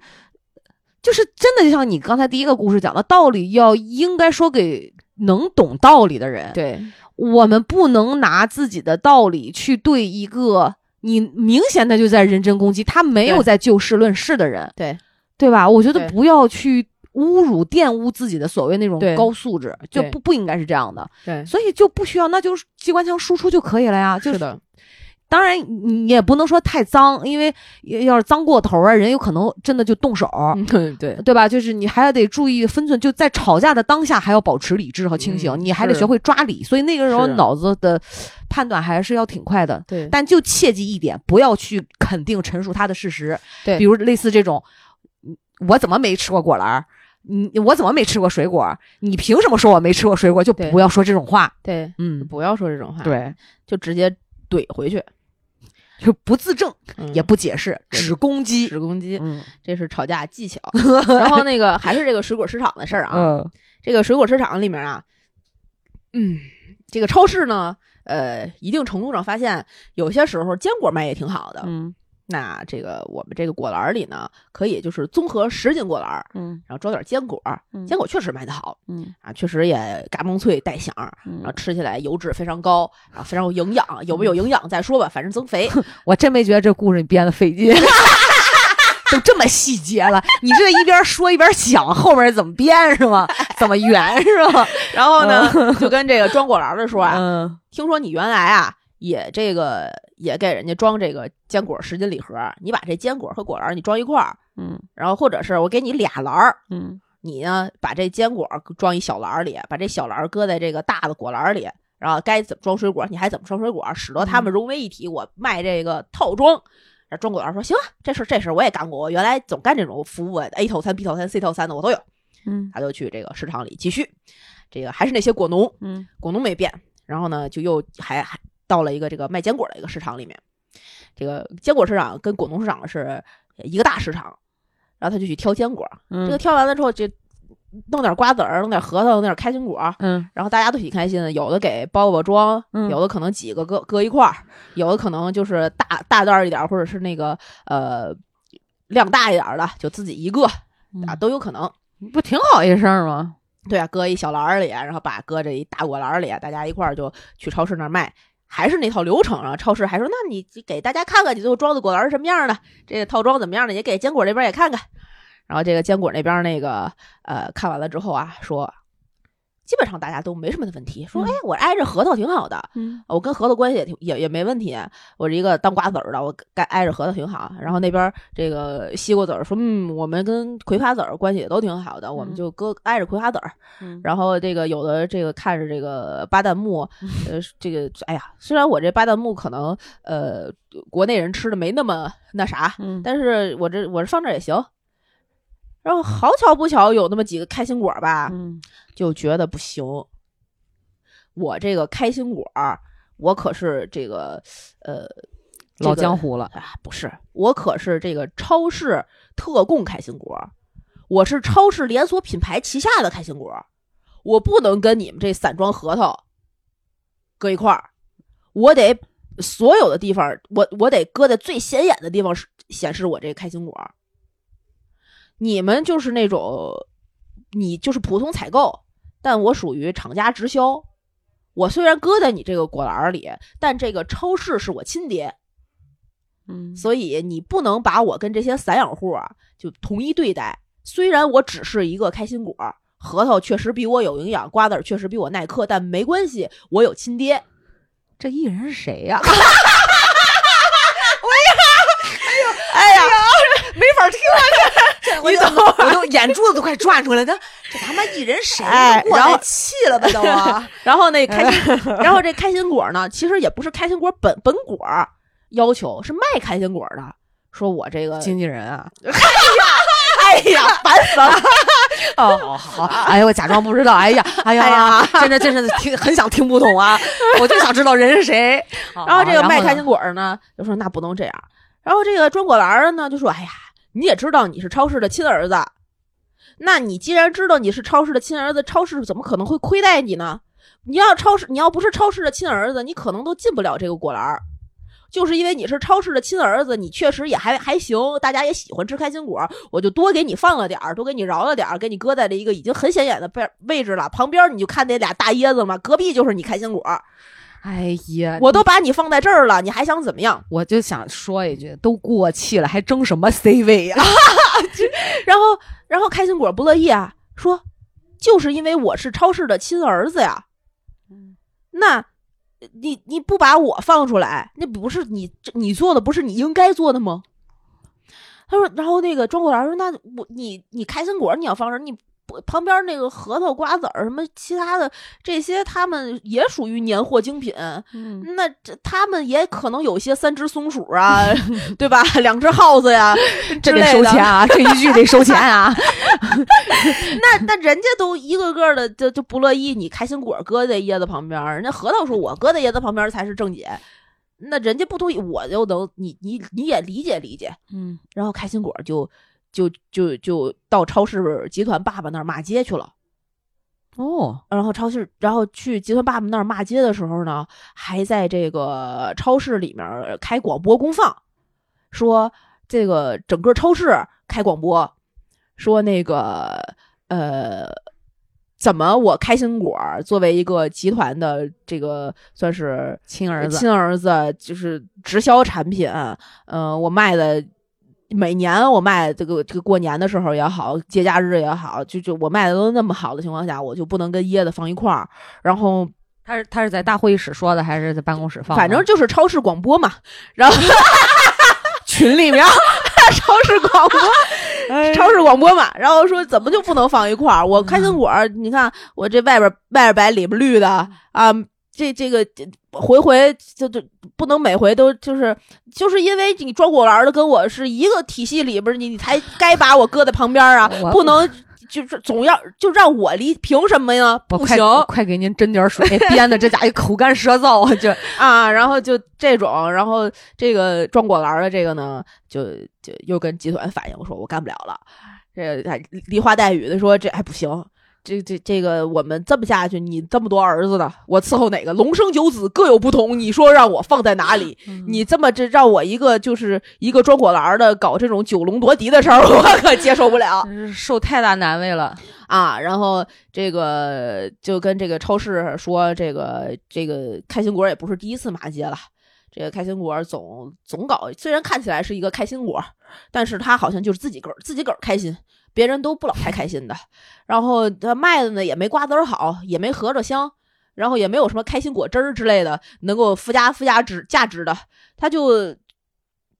[SPEAKER 1] 就是真的，就像你刚才第一个故事讲的道理，要应该说给能懂道理的人。
[SPEAKER 3] 对，
[SPEAKER 1] 我们不能拿自己的道理去对一个你明显的就在人身攻击，他没有
[SPEAKER 3] 对
[SPEAKER 1] 在就事论事的人，
[SPEAKER 3] 对
[SPEAKER 1] 对吧？我觉得
[SPEAKER 3] 对
[SPEAKER 1] 不要去。侮辱、玷污自己的所谓那种
[SPEAKER 3] 对
[SPEAKER 1] 高素质，就
[SPEAKER 3] 对
[SPEAKER 1] 不不应该是这样的，
[SPEAKER 3] 对，
[SPEAKER 1] 所以就不需要，那就是机关枪输出就可以了呀。就是
[SPEAKER 3] 的，
[SPEAKER 1] 当然你也不能说太脏，因为要是脏过头啊，人有可能真的就动手。
[SPEAKER 3] 嗯，对，
[SPEAKER 1] 对吧？就是你还得注意分寸，就在吵架的当下还要保持理智和清醒，
[SPEAKER 3] 嗯
[SPEAKER 1] 你还得
[SPEAKER 3] 是
[SPEAKER 1] 学会抓理。所以那个时候
[SPEAKER 3] 是啊
[SPEAKER 1] 脑子的判断还是要挺快的。
[SPEAKER 3] 对，
[SPEAKER 1] 但就切记一点，不要去肯定陈述他的事实。
[SPEAKER 3] 对
[SPEAKER 1] 比如类似这种，嗯我怎么没吃过果篮儿？你我怎么没吃过水果？你凭什么说我没吃过水果？就
[SPEAKER 3] 对
[SPEAKER 1] 不要说这种话。
[SPEAKER 3] 对，
[SPEAKER 1] 嗯，
[SPEAKER 3] 不要说这种话，，
[SPEAKER 1] 对，
[SPEAKER 3] 就直接怼回去，
[SPEAKER 1] 就不自证，
[SPEAKER 3] 嗯
[SPEAKER 1] 也不解释，
[SPEAKER 3] 对
[SPEAKER 1] 只攻击。
[SPEAKER 3] 只攻击，
[SPEAKER 1] 嗯
[SPEAKER 3] 这是吵架 技巧。然后那个还是这个水果市场的事儿啊，
[SPEAKER 1] 嗯
[SPEAKER 3] 这个水果市场里面啊，嗯，这个超市呢，呃，一定程度上发现有些时候坚果卖也挺好的。
[SPEAKER 1] 嗯
[SPEAKER 3] 那这个我们这个果篮儿里呢，可以就是综合十斤果篮儿，
[SPEAKER 1] 嗯
[SPEAKER 3] 然后装点坚果儿，
[SPEAKER 1] 嗯
[SPEAKER 3] 坚果确实卖得好
[SPEAKER 1] 嗯
[SPEAKER 3] 啊，确实也嘎嘣脆带响儿，然后
[SPEAKER 1] 嗯，
[SPEAKER 3] 吃起来油脂非常高，然后非常有营养，有没有营养再说吧，反正增肥。
[SPEAKER 1] 我真没觉得这故事你编的费劲。 都这么细节了，你这一边说一边想后面怎么编是吗？怎么圆是 吗？
[SPEAKER 3] 然后呢，就跟这个装果篮儿的说啊，
[SPEAKER 1] 嗯
[SPEAKER 3] 听说你原来啊也这个也给人家装这个坚果十斤礼盒，你把这坚果和果篮儿你装一块儿，
[SPEAKER 1] 嗯
[SPEAKER 3] 然后或者是我给你俩篮儿，
[SPEAKER 1] 嗯
[SPEAKER 3] 你呢把这坚果装一小篮儿里，把这小篮儿搁在这个大的果篮儿里，然后该怎么装水果你还怎么装水果，使得它们融为一体。我卖这个套装。然后装果篮儿说行啊，这事儿这事儿我也干过，我原来总干这种服务啊，A 套餐、B 套餐、C 套餐的我都有。
[SPEAKER 1] 嗯
[SPEAKER 3] 他就去这个市场里继续，这个还是那些果农，
[SPEAKER 1] 嗯
[SPEAKER 3] 果农没变。然后呢，就又还还到了一个这个卖坚果的一个市场里面。这个坚果市场跟果农市场是一个大市场，然后他就去挑坚果。这
[SPEAKER 1] 嗯
[SPEAKER 3] 个挑完了之后，这弄点瓜子儿，弄点核桃，弄点开心果，
[SPEAKER 1] 嗯
[SPEAKER 3] 然后大家都挺开心的。有的给包包装，
[SPEAKER 1] 嗯
[SPEAKER 3] 有的可能几个搁搁一块儿，有的可能就是大大袋儿一点儿，或者是那个呃量大一点儿的，就自己一个
[SPEAKER 1] 嗯
[SPEAKER 3] 啊，都有可能。
[SPEAKER 1] 不挺好一事儿吗？
[SPEAKER 3] 对啊，搁一小篮儿里，然后把搁这一大果篮儿里，啊大家一块儿就去超市那儿卖，还是那套流程啊。超市还说，那你给大家看看你最后装的果篮是什么样的，这个套装怎么样的，也给坚果那边也看看。然后这个坚果那边那个呃看完了之后啊，说基本上大家都没什么的问题，说、
[SPEAKER 1] 嗯
[SPEAKER 3] 哎，我挨着核桃挺好的，
[SPEAKER 1] 嗯
[SPEAKER 3] 我跟核桃关系也挺也也没问题，我是一个当瓜子儿的，我该挨着核桃挺好。然后那边这个西瓜子儿说，嗯，我们跟葵花籽儿关系也都挺好的，我们
[SPEAKER 1] 嗯
[SPEAKER 3] 就搁挨着葵花籽儿。
[SPEAKER 1] 嗯
[SPEAKER 3] 然后这个有的这个看着这个巴旦木，
[SPEAKER 1] 嗯
[SPEAKER 3] 呃，这个哎呀，虽然我这巴旦木可能呃国内人吃的没那么那啥，
[SPEAKER 1] 嗯
[SPEAKER 3] 但是我这我这放这儿也行。然后好巧不巧，有那么几个开心果吧，
[SPEAKER 1] 嗯
[SPEAKER 3] 就觉得不行。我这个开心果儿，我可是这个呃
[SPEAKER 1] 老江
[SPEAKER 3] 湖
[SPEAKER 1] 湖了，
[SPEAKER 3] 啊，不是，我可是这个超市特供开心果，我是超市连锁品牌旗下的开心果，我不能跟你们这散装核桃搁一块儿，我得所有的地方，我我得搁在最显眼的地方是显示我这开心果。你们就是那种，你就是普通采购，但我属于厂家直销。我虽然搁在你这个果篮儿里，但这个超市是我亲爹，
[SPEAKER 1] 嗯
[SPEAKER 3] 所以你不能把我跟这些散养户啊就统一对待。虽然我只是一个开心果，核桃确实比我有营养，瓜子儿确实比我耐嗑，但没关系，我有亲爹。
[SPEAKER 1] 这艺人是谁 呀？
[SPEAKER 3] 哎呀，
[SPEAKER 1] 没法听了，这我
[SPEAKER 3] 你
[SPEAKER 1] 就
[SPEAKER 3] 懂
[SPEAKER 1] 我就眼珠子都快转出来了，这他妈艺人谁
[SPEAKER 3] 哎
[SPEAKER 1] 过
[SPEAKER 3] 然
[SPEAKER 1] 来
[SPEAKER 3] 后
[SPEAKER 1] 气了吧都啊？
[SPEAKER 3] 然后那开心，然后这开心果呢，其实也不是开心果本本果儿要求，是卖开心果的。说我 这个，
[SPEAKER 1] 纪人啊？
[SPEAKER 3] 哎呀，烦死了！
[SPEAKER 1] 哦，好，哎呀，我假装不知道， 哎呀，哎呀，
[SPEAKER 3] 哎呀
[SPEAKER 1] 真的真是听很想听不懂 啊，我就想知道人是谁。
[SPEAKER 3] 然后这个卖开
[SPEAKER 1] 哦呢
[SPEAKER 3] 心果儿呢，就说那不能这样。然后这个装果篮儿呢，就说哎呀，你也知道你是超市的亲儿子，那你既然知道你是超市的亲儿子，超市怎么可能会亏待你呢？你要超市，你要不是超市的亲儿子，你可能都进不了这个果篮儿。就是因为你是超市的亲儿子，你确实也还还行，大家也喜欢吃开心果儿，我就多给你放了点儿，多给你饶了点儿，给你搁在了一个已经很显眼的位位置了。旁边你就看那俩大椰子嘛，隔壁就是你开心果儿，
[SPEAKER 1] 哎呀，
[SPEAKER 3] 我都把你放在这儿了，你还想怎么样？
[SPEAKER 1] 我就想说一句，都过气了，还争什么 C 位呀、
[SPEAKER 3] 然后，然后开心果不乐意啊，说就是因为我是超市的亲儿子呀，那你你不把我放出来，那不是你这你做的不是你应该做的吗？他说，然后那个庄果园说，那我你你开心果你要放这儿，你不旁边那个核桃、瓜子儿什么其他的这些，他们也属于年货精品，
[SPEAKER 1] 嗯，
[SPEAKER 3] 那这他们也可能有一些三只松鼠啊， 对吧？两只耗 子呀，
[SPEAKER 1] 这
[SPEAKER 3] 之
[SPEAKER 1] 得
[SPEAKER 3] 类
[SPEAKER 1] 收
[SPEAKER 3] 的
[SPEAKER 1] 钱啊，这一句得收钱啊。
[SPEAKER 3] 那那人家都一个个的就就不乐意，你开心果搁在椰子旁边儿，人家核桃说我搁在椰子旁边儿才是正解，那人家不同意，我就能你你你也理解理解。
[SPEAKER 1] 嗯，
[SPEAKER 3] 然后开心果就就就就到超市集团爸爸那儿骂街去了。
[SPEAKER 1] 哦，
[SPEAKER 3] 然后超市，然后去集团爸爸那儿骂街的时候呢，还在这个超市里面儿开广播公放，说这个整个超市开广播，说那个呃，怎么我开心果儿作为一个集团的这个算是
[SPEAKER 1] 亲儿子，
[SPEAKER 3] 亲儿子就是直销产品，呃，我卖的每年我卖这个这个过年的时候也好，节假日也好，就就我卖的都那么好的情况下，我就不能跟椰子放一块儿。然后
[SPEAKER 1] 他是他是在大会议室说的，还是在办公室放的？
[SPEAKER 3] 反正就是超市广播嘛， 然后
[SPEAKER 1] 群里 面，
[SPEAKER 3] 超市广播，
[SPEAKER 1] 哎
[SPEAKER 3] 超市广播嘛，然后说怎么就不能放一块儿？我开心果儿，你看我这外边外边白里边绿的啊，
[SPEAKER 1] 嗯
[SPEAKER 3] 这这个这回回就就不能每回都就是就是因为你庄果园的跟我是一个体系里边儿，你你才该把我搁在旁边儿啊
[SPEAKER 1] 我，
[SPEAKER 3] 不能就是总要就让我离，凭什么呀？
[SPEAKER 1] 我
[SPEAKER 3] 不
[SPEAKER 1] 快
[SPEAKER 3] 行，
[SPEAKER 1] 快给您斟点水，编的这家伙口干舌燥，我 就
[SPEAKER 3] 啊，然后就这种，然后这个装果篮儿的这个呢，就就又跟集团反映说，我干不了了。这还梨花带雨的说，这还不行，这这这个我们这么下去，你这么多儿子呢，我伺候哪个？龙生九子各有不同，你说让我放在 哪
[SPEAKER 1] 嗯
[SPEAKER 3] 里？你这么这让我一个就是一个装果篮儿的搞这种九龙夺嫡的事儿， 我可接受不了。
[SPEAKER 1] 嗯受太大难为了。
[SPEAKER 3] 啊，然后这个就跟这个超市说，这个这个开心果也不是第一次骂街了。这个开心果总总搞，虽然看起来是一个开心果，但是他好像就是自己个儿自己个儿开心，别人都不老太开心的。然后他卖的呢也没瓜子儿好，也没合着香，然后也没有什么开心果汁儿之类的能够附加附加值价值的，他就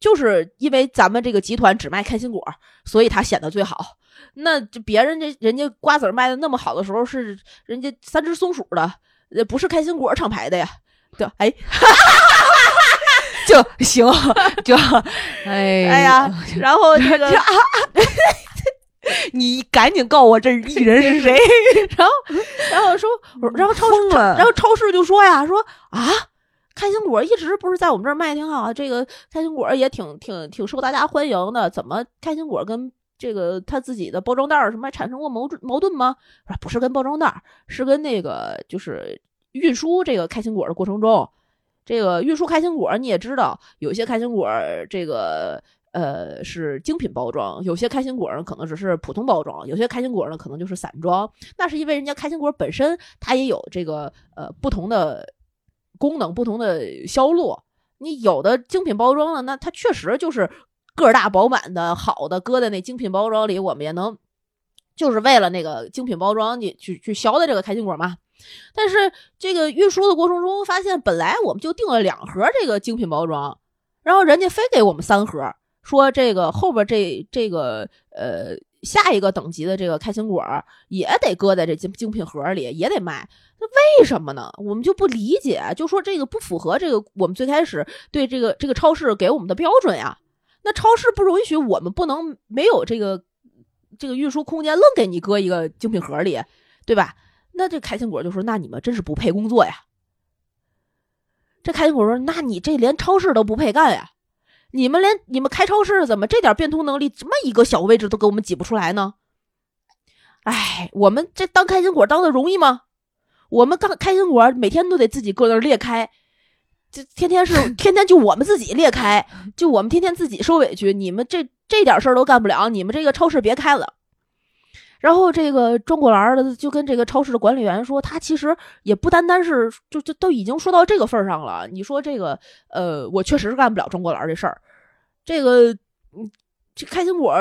[SPEAKER 3] 就是因为咱们这个集团只卖开心果，所以它显得最好。那这别人这人家瓜子儿卖的那么好的时候，是人家三只松鼠的，呃，不是开心果厂牌的呀。对，哎，
[SPEAKER 1] 就行， 就哎
[SPEAKER 3] 哎呀，然后这个
[SPEAKER 1] 你赶紧告我这艺人是 谁？
[SPEAKER 3] 然后说，我然后超市，
[SPEAKER 1] 疯了
[SPEAKER 3] 然后超市就说呀，说啊，开心果一直不是在我们这儿卖挺好啊，这个开心果也挺挺挺受大家欢迎的，怎么开心果跟这个他自己的包装袋儿什么还产生过矛盾矛盾吗？说不是跟包装袋儿，是跟那个就是运输这个开心果的过程中，这个运输开心果你也知道，有些开心果这个。呃，是精品包装，有些开心果呢可能只是普通包装，有些开心果呢可能就是散装，那是因为人家开心果本身它也有这个呃不同的功能、不同的销路。你有的精品包装呢，那它确实就是个儿大饱满的好的，搁在那精品包装里，我们也能就是为了那个精品包装你去去销的这个开心果嘛。但是这个运输的过程中，发现本来我们就订了两盒这个精品包装，然后人家非给我们三盒，说这个后边这这个呃下一个等级的这个开心果儿也得搁在这精精品盒里，也得卖。那为什么呢？我们就不理解，啊就说这个不符合这个我们最开始对这个这个超市给我们的标准呀。那超市不允许我们不能没有这个这个运输空间，愣给你搁一个精品盒里，对吧？那这开心果就说：“那你们真是不配工作呀！”这开心果说：“那你这连超市都不配干呀！你们连你们开超市怎么这点变通能力，这么一个小位置都给我们挤不出来呢？”哎，我们这当开心果当的容易吗？我们刚开心果每天都得自己搁那儿裂开，这天天是天天就我们自己裂开，就我们天天自己受委屈。你们这这点事儿都干不了，你们这个超市别开了。然后这个庄果兰的就跟这个超市的管理员说，他其实也不单单是就就都已经说到这个份儿上了。你说这个呃，我确实干不了庄果兰这事儿。这个嗯，这开心果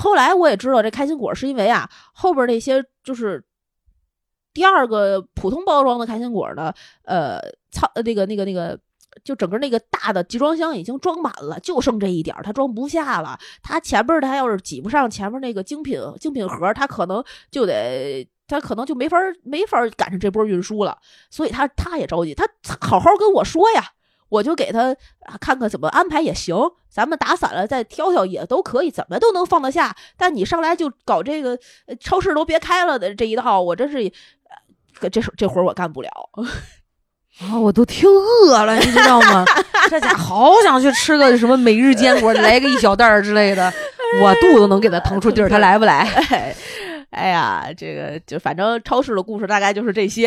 [SPEAKER 3] 后来我也知道，这开心果是因为啊，后边那些就是第二个普通包装的开心果呢，呃，操，呃那个那个那个，就整个那个大的集装箱已经装满了，就剩这一点儿，它装不下了。它前面儿它要是挤不上前面那个精品精品盒儿，它可能就得。它可能就没法儿没法儿赶上这波运输了，所以他他也着急，他好好跟我说呀，我就给他啊看看怎么安排也行，咱们打散了再挑挑也都可以，怎么都能放得下。但你上来就搞这个呃超市都别开了的这一套，我真是，呃这这活儿我干不了。
[SPEAKER 1] 啊，我都听饿了，你知道吗？这家好想去吃个什么每日坚果，来个一小袋儿之类的，我肚子能给他腾出地儿，他来不来？
[SPEAKER 3] 哎， 哎呀，这个就反正超市的故事大概就是这些。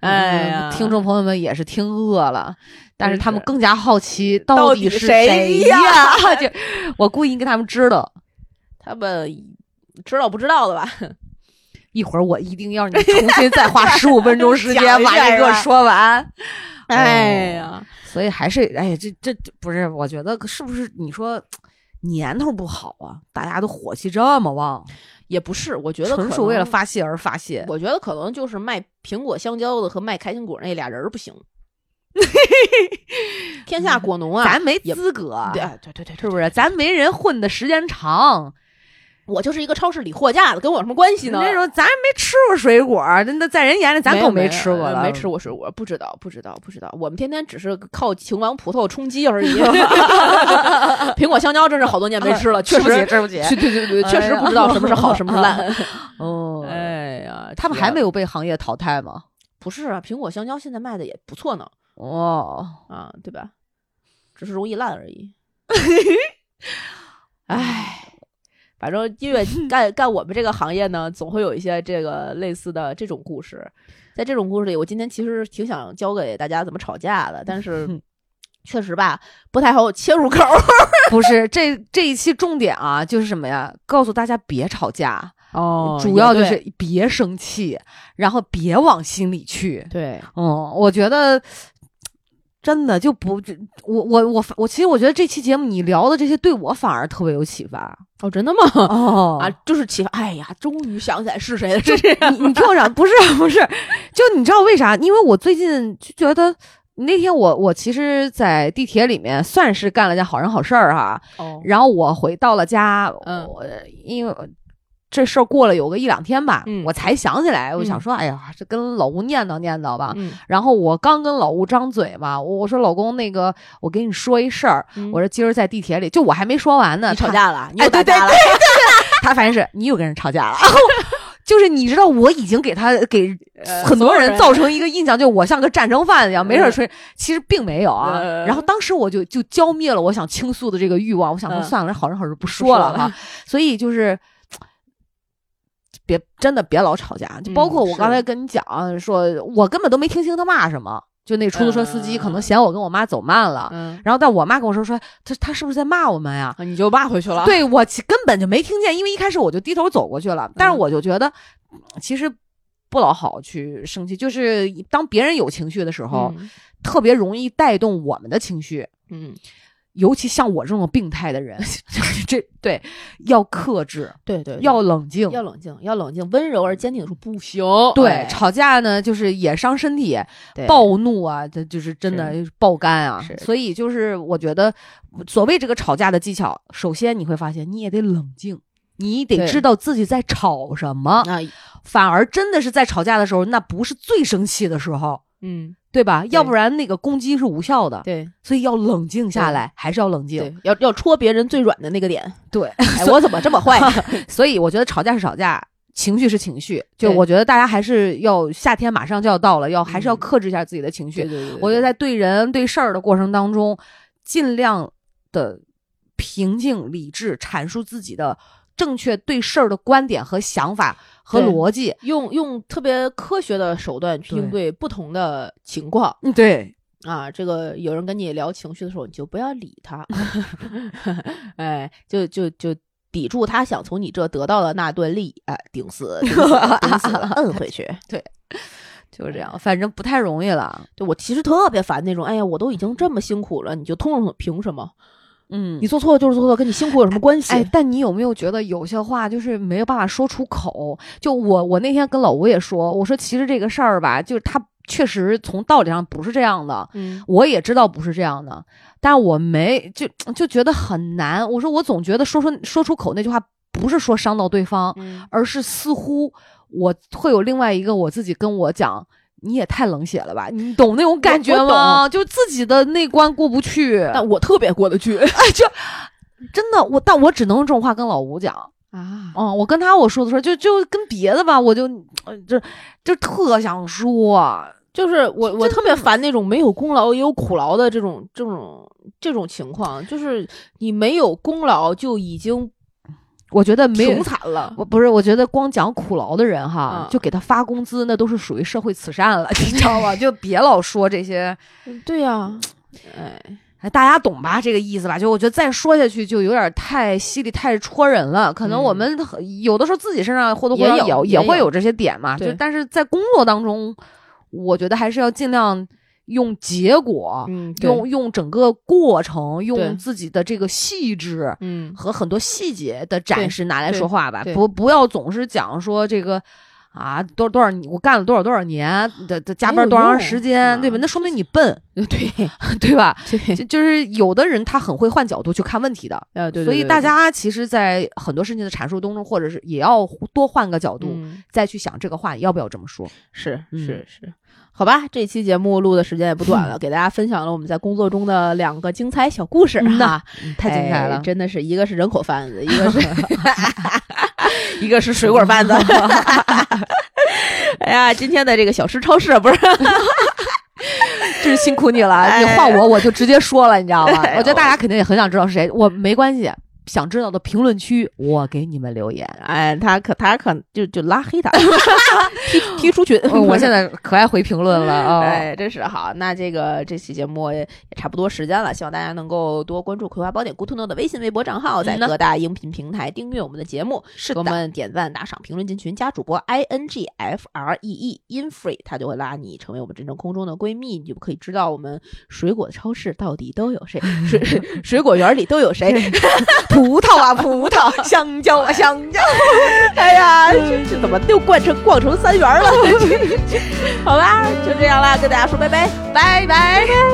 [SPEAKER 3] 哎呀，
[SPEAKER 1] 嗯听众朋友们也是听饿了，但是
[SPEAKER 3] 真
[SPEAKER 1] 他们
[SPEAKER 3] 是嗯
[SPEAKER 1] 更加好奇
[SPEAKER 3] 到
[SPEAKER 1] 底
[SPEAKER 3] 底
[SPEAKER 1] 是
[SPEAKER 3] 谁
[SPEAKER 1] 呀
[SPEAKER 3] 呀？
[SPEAKER 1] 就我故意给他们知道，
[SPEAKER 3] 他们知道不知道的吧？
[SPEAKER 1] 一会儿我一定要 你重新再花十五分钟时间
[SPEAKER 3] 讲一
[SPEAKER 1] 把
[SPEAKER 3] 下
[SPEAKER 1] 这个
[SPEAKER 3] 是吧
[SPEAKER 1] 说完。
[SPEAKER 3] 哎呀，
[SPEAKER 1] 所以还是哎呀，这这这不是？我觉得是不是你说年头不好啊？大家都火气这么旺，
[SPEAKER 3] 也不是，我觉得
[SPEAKER 1] 纯
[SPEAKER 3] 可
[SPEAKER 1] 属为了
[SPEAKER 3] 能。
[SPEAKER 1] 发泄而发泄。
[SPEAKER 3] 我觉得可能就是卖苹果、香蕉的和卖开心果那俩人儿不行。天下果农啊，
[SPEAKER 1] 咱没
[SPEAKER 3] 也
[SPEAKER 1] 资格，
[SPEAKER 3] 对哎对对对，
[SPEAKER 1] 是不是？咱没人混的时间长，
[SPEAKER 3] 我就是一个超市里货架的，跟我有什么关系呢？
[SPEAKER 1] 那种咱没吃过水果，那那在人眼里咱
[SPEAKER 3] 没有
[SPEAKER 1] 更
[SPEAKER 3] 没有呃
[SPEAKER 1] 吃过了，
[SPEAKER 3] 没吃。过水果，不知道，不知道，不知道。我们天天只是靠秦王葡萄充饥 而已。苹果、香蕉真是好多年没吃了，确
[SPEAKER 1] 吃不起，
[SPEAKER 3] 实，
[SPEAKER 1] 吃不起。
[SPEAKER 3] 确对对对，
[SPEAKER 1] 哎呀
[SPEAKER 3] 确实不知道什么是好，什么是烂。
[SPEAKER 1] 哦，
[SPEAKER 3] 哎呀，
[SPEAKER 1] 他们还没有被行业淘汰吗？
[SPEAKER 3] 不是啊，苹果、香蕉现在卖的也不错呢，
[SPEAKER 1] 哦，
[SPEAKER 3] 啊，对吧？只是容易烂而已。哎，反正音乐干干我们这个行业呢，总会有一些这个类似的这种故事。在这种故事里，我今天其实挺想教给大家怎么吵架的，但是确实吧，不太好切入口。
[SPEAKER 1] 不是，这这一期重点啊，就是什么呀？告诉大家别吵架，
[SPEAKER 3] 哦
[SPEAKER 1] 主要就是别生气，然后别往心里去。
[SPEAKER 3] 对，
[SPEAKER 1] 嗯，我觉得真的就不，这我我我我，其实我觉得这期节目你聊的这些对我反而特别有启 发
[SPEAKER 3] 哦，真的吗？
[SPEAKER 1] 哦
[SPEAKER 3] 啊，就是启发。哎呀，终于想起来是谁了，啊这是
[SPEAKER 1] 你你听我讲，不是不是，就你知道为啥？因为我最近就觉得。那天我我其实，在地铁里面算是干了件好人好事儿、哈，
[SPEAKER 3] 哦
[SPEAKER 1] 然后我回到了家，
[SPEAKER 3] 嗯
[SPEAKER 1] 我因为这事儿过了有个一两天吧，
[SPEAKER 3] 嗯
[SPEAKER 1] 我才想起来，我
[SPEAKER 3] 嗯
[SPEAKER 1] 想说，哎呀，这跟老吴念叨念叨吧。
[SPEAKER 3] 嗯，
[SPEAKER 1] 然后我刚跟老吴张嘴嘛，我我说老公，那个我跟你说一事儿，我
[SPEAKER 3] 说
[SPEAKER 1] 说今儿在地铁里，就我还没说完呢，
[SPEAKER 3] 嗯你吵
[SPEAKER 1] 他
[SPEAKER 3] 架了，
[SPEAKER 1] 嗯
[SPEAKER 3] 你
[SPEAKER 1] 哎
[SPEAKER 3] 又打
[SPEAKER 1] 对对
[SPEAKER 3] 架了，
[SPEAKER 1] 他反正是你又跟人吵 架了， 然后就是你知道，我已经给他给
[SPEAKER 3] 呃
[SPEAKER 1] 很多
[SPEAKER 3] 所有
[SPEAKER 1] 人
[SPEAKER 3] 人
[SPEAKER 1] 造成一个印象，就我像个战争贩一样，没事儿
[SPEAKER 3] 嗯
[SPEAKER 1] 吹，其实并没有啊
[SPEAKER 3] 嗯。
[SPEAKER 1] 然后当时我就就浇灭了我想倾诉的这个欲望，我想说
[SPEAKER 3] 嗯
[SPEAKER 1] 算了，好人好事不
[SPEAKER 3] 说
[SPEAKER 1] 说了
[SPEAKER 3] 了
[SPEAKER 1] 哈。所以就是。别真的别老吵架，就包括我
[SPEAKER 3] 嗯是
[SPEAKER 1] 刚才跟你讲，说我根本都没听清他骂什么，就那出租车司机可能嫌我跟我妈走慢了，
[SPEAKER 3] 嗯，
[SPEAKER 1] 然后但我妈跟我说说他他是不是在骂我们呀？
[SPEAKER 3] 啊你就骂回去 了。
[SPEAKER 1] 对我其根本就没听见，因为一开始我就低头走过去了。但是
[SPEAKER 3] 嗯
[SPEAKER 1] 我就觉得，其实不老好去生气，就是当别人有情绪的时候，
[SPEAKER 3] 嗯
[SPEAKER 1] 特别容易带动我们的情绪。
[SPEAKER 3] 嗯，
[SPEAKER 1] 尤其像我这种病态的 人，这对要克制，
[SPEAKER 3] 对对，对
[SPEAKER 1] 要冷静。
[SPEAKER 3] 要冷静，要冷静，温柔而坚定的说不行。
[SPEAKER 1] 对，
[SPEAKER 3] 哎
[SPEAKER 1] 吵架呢，就是也伤身体，
[SPEAKER 3] 对
[SPEAKER 1] 暴怒啊，这就是真的爆肝啊
[SPEAKER 3] 是。
[SPEAKER 1] 所以就是我觉得，所谓这个吵架的技巧，首先你会发现你也得冷静，你得
[SPEAKER 3] 对
[SPEAKER 1] 知道自己在吵什么。
[SPEAKER 3] 啊，
[SPEAKER 1] 反而真的是在吵架的时候，那不是最生气的时候，
[SPEAKER 3] 嗯，
[SPEAKER 1] 对吧？要不然那个攻击是无效的。
[SPEAKER 3] 对
[SPEAKER 1] 所以要冷静下来，还是要冷静。
[SPEAKER 3] 对，要要戳别人最软的那个 点。
[SPEAKER 1] 对，
[SPEAKER 3] 哎，我怎么这么坏？
[SPEAKER 1] 所以我觉得吵架是吵架。情绪是情绪，就
[SPEAKER 3] 对
[SPEAKER 1] 我觉得大家还是要夏天马上就要到了，要还是要
[SPEAKER 3] 嗯
[SPEAKER 1] 克制一下自己的情绪。
[SPEAKER 3] 对 对对，
[SPEAKER 1] 我觉得在对人对事儿的过程当中，尽量的平静理智，阐述自己的正确对事儿的观点和想法和
[SPEAKER 3] 对
[SPEAKER 1] 逻辑。
[SPEAKER 3] 用用特别科学的手段去应对不同的情况
[SPEAKER 1] 嗯，对，
[SPEAKER 3] 啊。这个有 人跟你聊情绪的时候，你就不要理他，哎，就就就抵住他想从你这得到的那段利益，哎，顶死，顶死， 顶死摁回去。
[SPEAKER 1] 就是这样，反正不太容易了。
[SPEAKER 3] 对我其实特别烦那种，哎呀，我都已经这么辛苦了，你就通融，凭什么？
[SPEAKER 1] 嗯
[SPEAKER 3] 你做错了就是做错，跟你辛苦有什么关系？
[SPEAKER 1] 哎，但你有没有觉得有些话就是没有办法说出口？就我，我那天跟老吴也说，我说其实这个事儿吧，就是他确实从道理上不是这样的，
[SPEAKER 3] 嗯，
[SPEAKER 1] 我也知道不是这样的，但我没就就觉得很难。我说我总觉得说出说出口那句话，不是说伤到对方，
[SPEAKER 3] 嗯
[SPEAKER 1] 而是似乎我会有另外一个我自己跟我讲。你也太冷血了吧！你懂那种感觉
[SPEAKER 3] 我
[SPEAKER 1] 吗？就自己的那关过不去，
[SPEAKER 3] 但我特别过得去
[SPEAKER 1] 真的我，但我只能用这种话跟老吴讲。
[SPEAKER 3] 啊。
[SPEAKER 1] 嗯，我跟他我说的时候，就就跟别的吧，我就呃就就特想说，
[SPEAKER 3] 就是我，我特别烦那种没有功劳也有苦劳的这种这种这种情况，就是你没有功劳就已经
[SPEAKER 1] 我觉得没
[SPEAKER 3] 挺
[SPEAKER 1] 有。
[SPEAKER 3] 惨了。
[SPEAKER 1] 我不是，我觉得光讲苦劳的人哈，
[SPEAKER 3] 嗯
[SPEAKER 1] 就给他发工资，那都是属于社会慈善了， 你知道 吗？就别老说这些，
[SPEAKER 3] 嗯对呀、哎，
[SPEAKER 1] 哎，大家懂吧？这个意思吧？就我觉得再说下去就有点太犀利、太戳人了。可能
[SPEAKER 3] 嗯
[SPEAKER 1] 我们有的时候自己身上或多或
[SPEAKER 3] 也
[SPEAKER 1] 少
[SPEAKER 3] 有
[SPEAKER 1] 有
[SPEAKER 3] 也
[SPEAKER 1] 会
[SPEAKER 3] 有
[SPEAKER 1] 有这些点嘛，就
[SPEAKER 3] 对
[SPEAKER 1] 但是在工作当中，我觉得还是要尽量用结果，
[SPEAKER 3] 嗯，对，
[SPEAKER 1] 用用整个过程，
[SPEAKER 3] 对
[SPEAKER 1] 用自己的这个细致
[SPEAKER 3] 嗯，
[SPEAKER 1] 和很多细节的展
[SPEAKER 3] 对
[SPEAKER 1] 示拿来
[SPEAKER 3] 对
[SPEAKER 1] 说话吧，
[SPEAKER 3] 对
[SPEAKER 1] 不不要总是讲说这个。啊，多多少我干了多少多少年的的加
[SPEAKER 3] 没
[SPEAKER 1] 班
[SPEAKER 3] 有
[SPEAKER 1] 多长
[SPEAKER 3] 用
[SPEAKER 1] 时间，对吧？
[SPEAKER 3] 啊
[SPEAKER 1] 那说明你笨，
[SPEAKER 3] 对
[SPEAKER 1] 对吧？
[SPEAKER 3] 对
[SPEAKER 1] 就就是有的人他很会换角度去看问题的，
[SPEAKER 3] 啊，对，
[SPEAKER 1] 所以大
[SPEAKER 3] 家
[SPEAKER 1] 家其实，在很多事情的阐述当中，或者是也要多换个角度、
[SPEAKER 3] 嗯
[SPEAKER 1] 再去想这个话要不要这么说。
[SPEAKER 3] 是
[SPEAKER 1] 嗯
[SPEAKER 3] 是是，好吧，这期节目录的时间也不 短了，给大家分享了我们在工作中的两个精彩小故事
[SPEAKER 1] 嗯呐
[SPEAKER 3] 哈，
[SPEAKER 1] 太精彩
[SPEAKER 3] 哎
[SPEAKER 1] 了，
[SPEAKER 3] 真的是一个是人口贩子，一个 是一个是水果贩子。哎呀，今天的这个小吃超市不是
[SPEAKER 1] 真是辛苦你了，你
[SPEAKER 3] 哎
[SPEAKER 1] 换我我就直接说了，你知道吗？
[SPEAKER 3] 哎呦
[SPEAKER 1] 我觉得大家肯定也很想知道是谁，我没关系，想知道的评论区我给你们留 言。
[SPEAKER 3] 哎，他可他可就就拉黑他，踢踢出群。
[SPEAKER 1] 嗯我现在可爱回评论了啊！
[SPEAKER 3] 哎，真是好。那这个这期节目也差不多时间了，希望大家能够多关注《葵花宝典》Good to Know 的微信、微博账号，在
[SPEAKER 1] 嗯呐
[SPEAKER 3] 各大音频平台订阅我们的节目，
[SPEAKER 1] 是
[SPEAKER 3] 给我们点赞、打赏、评论、进群，加主播 i n g f r e e in free，他就会拉你成为我们真正空中的闺蜜，你就可以知道我们水果的超市到底都有谁， 水水果园里都有谁， 葡萄啊葡萄，香蕉啊香蕉， 哎呀，这这怎么又逛成 逛成三元了？好吧，就这样啦，跟大家说拜拜，拜拜。拜拜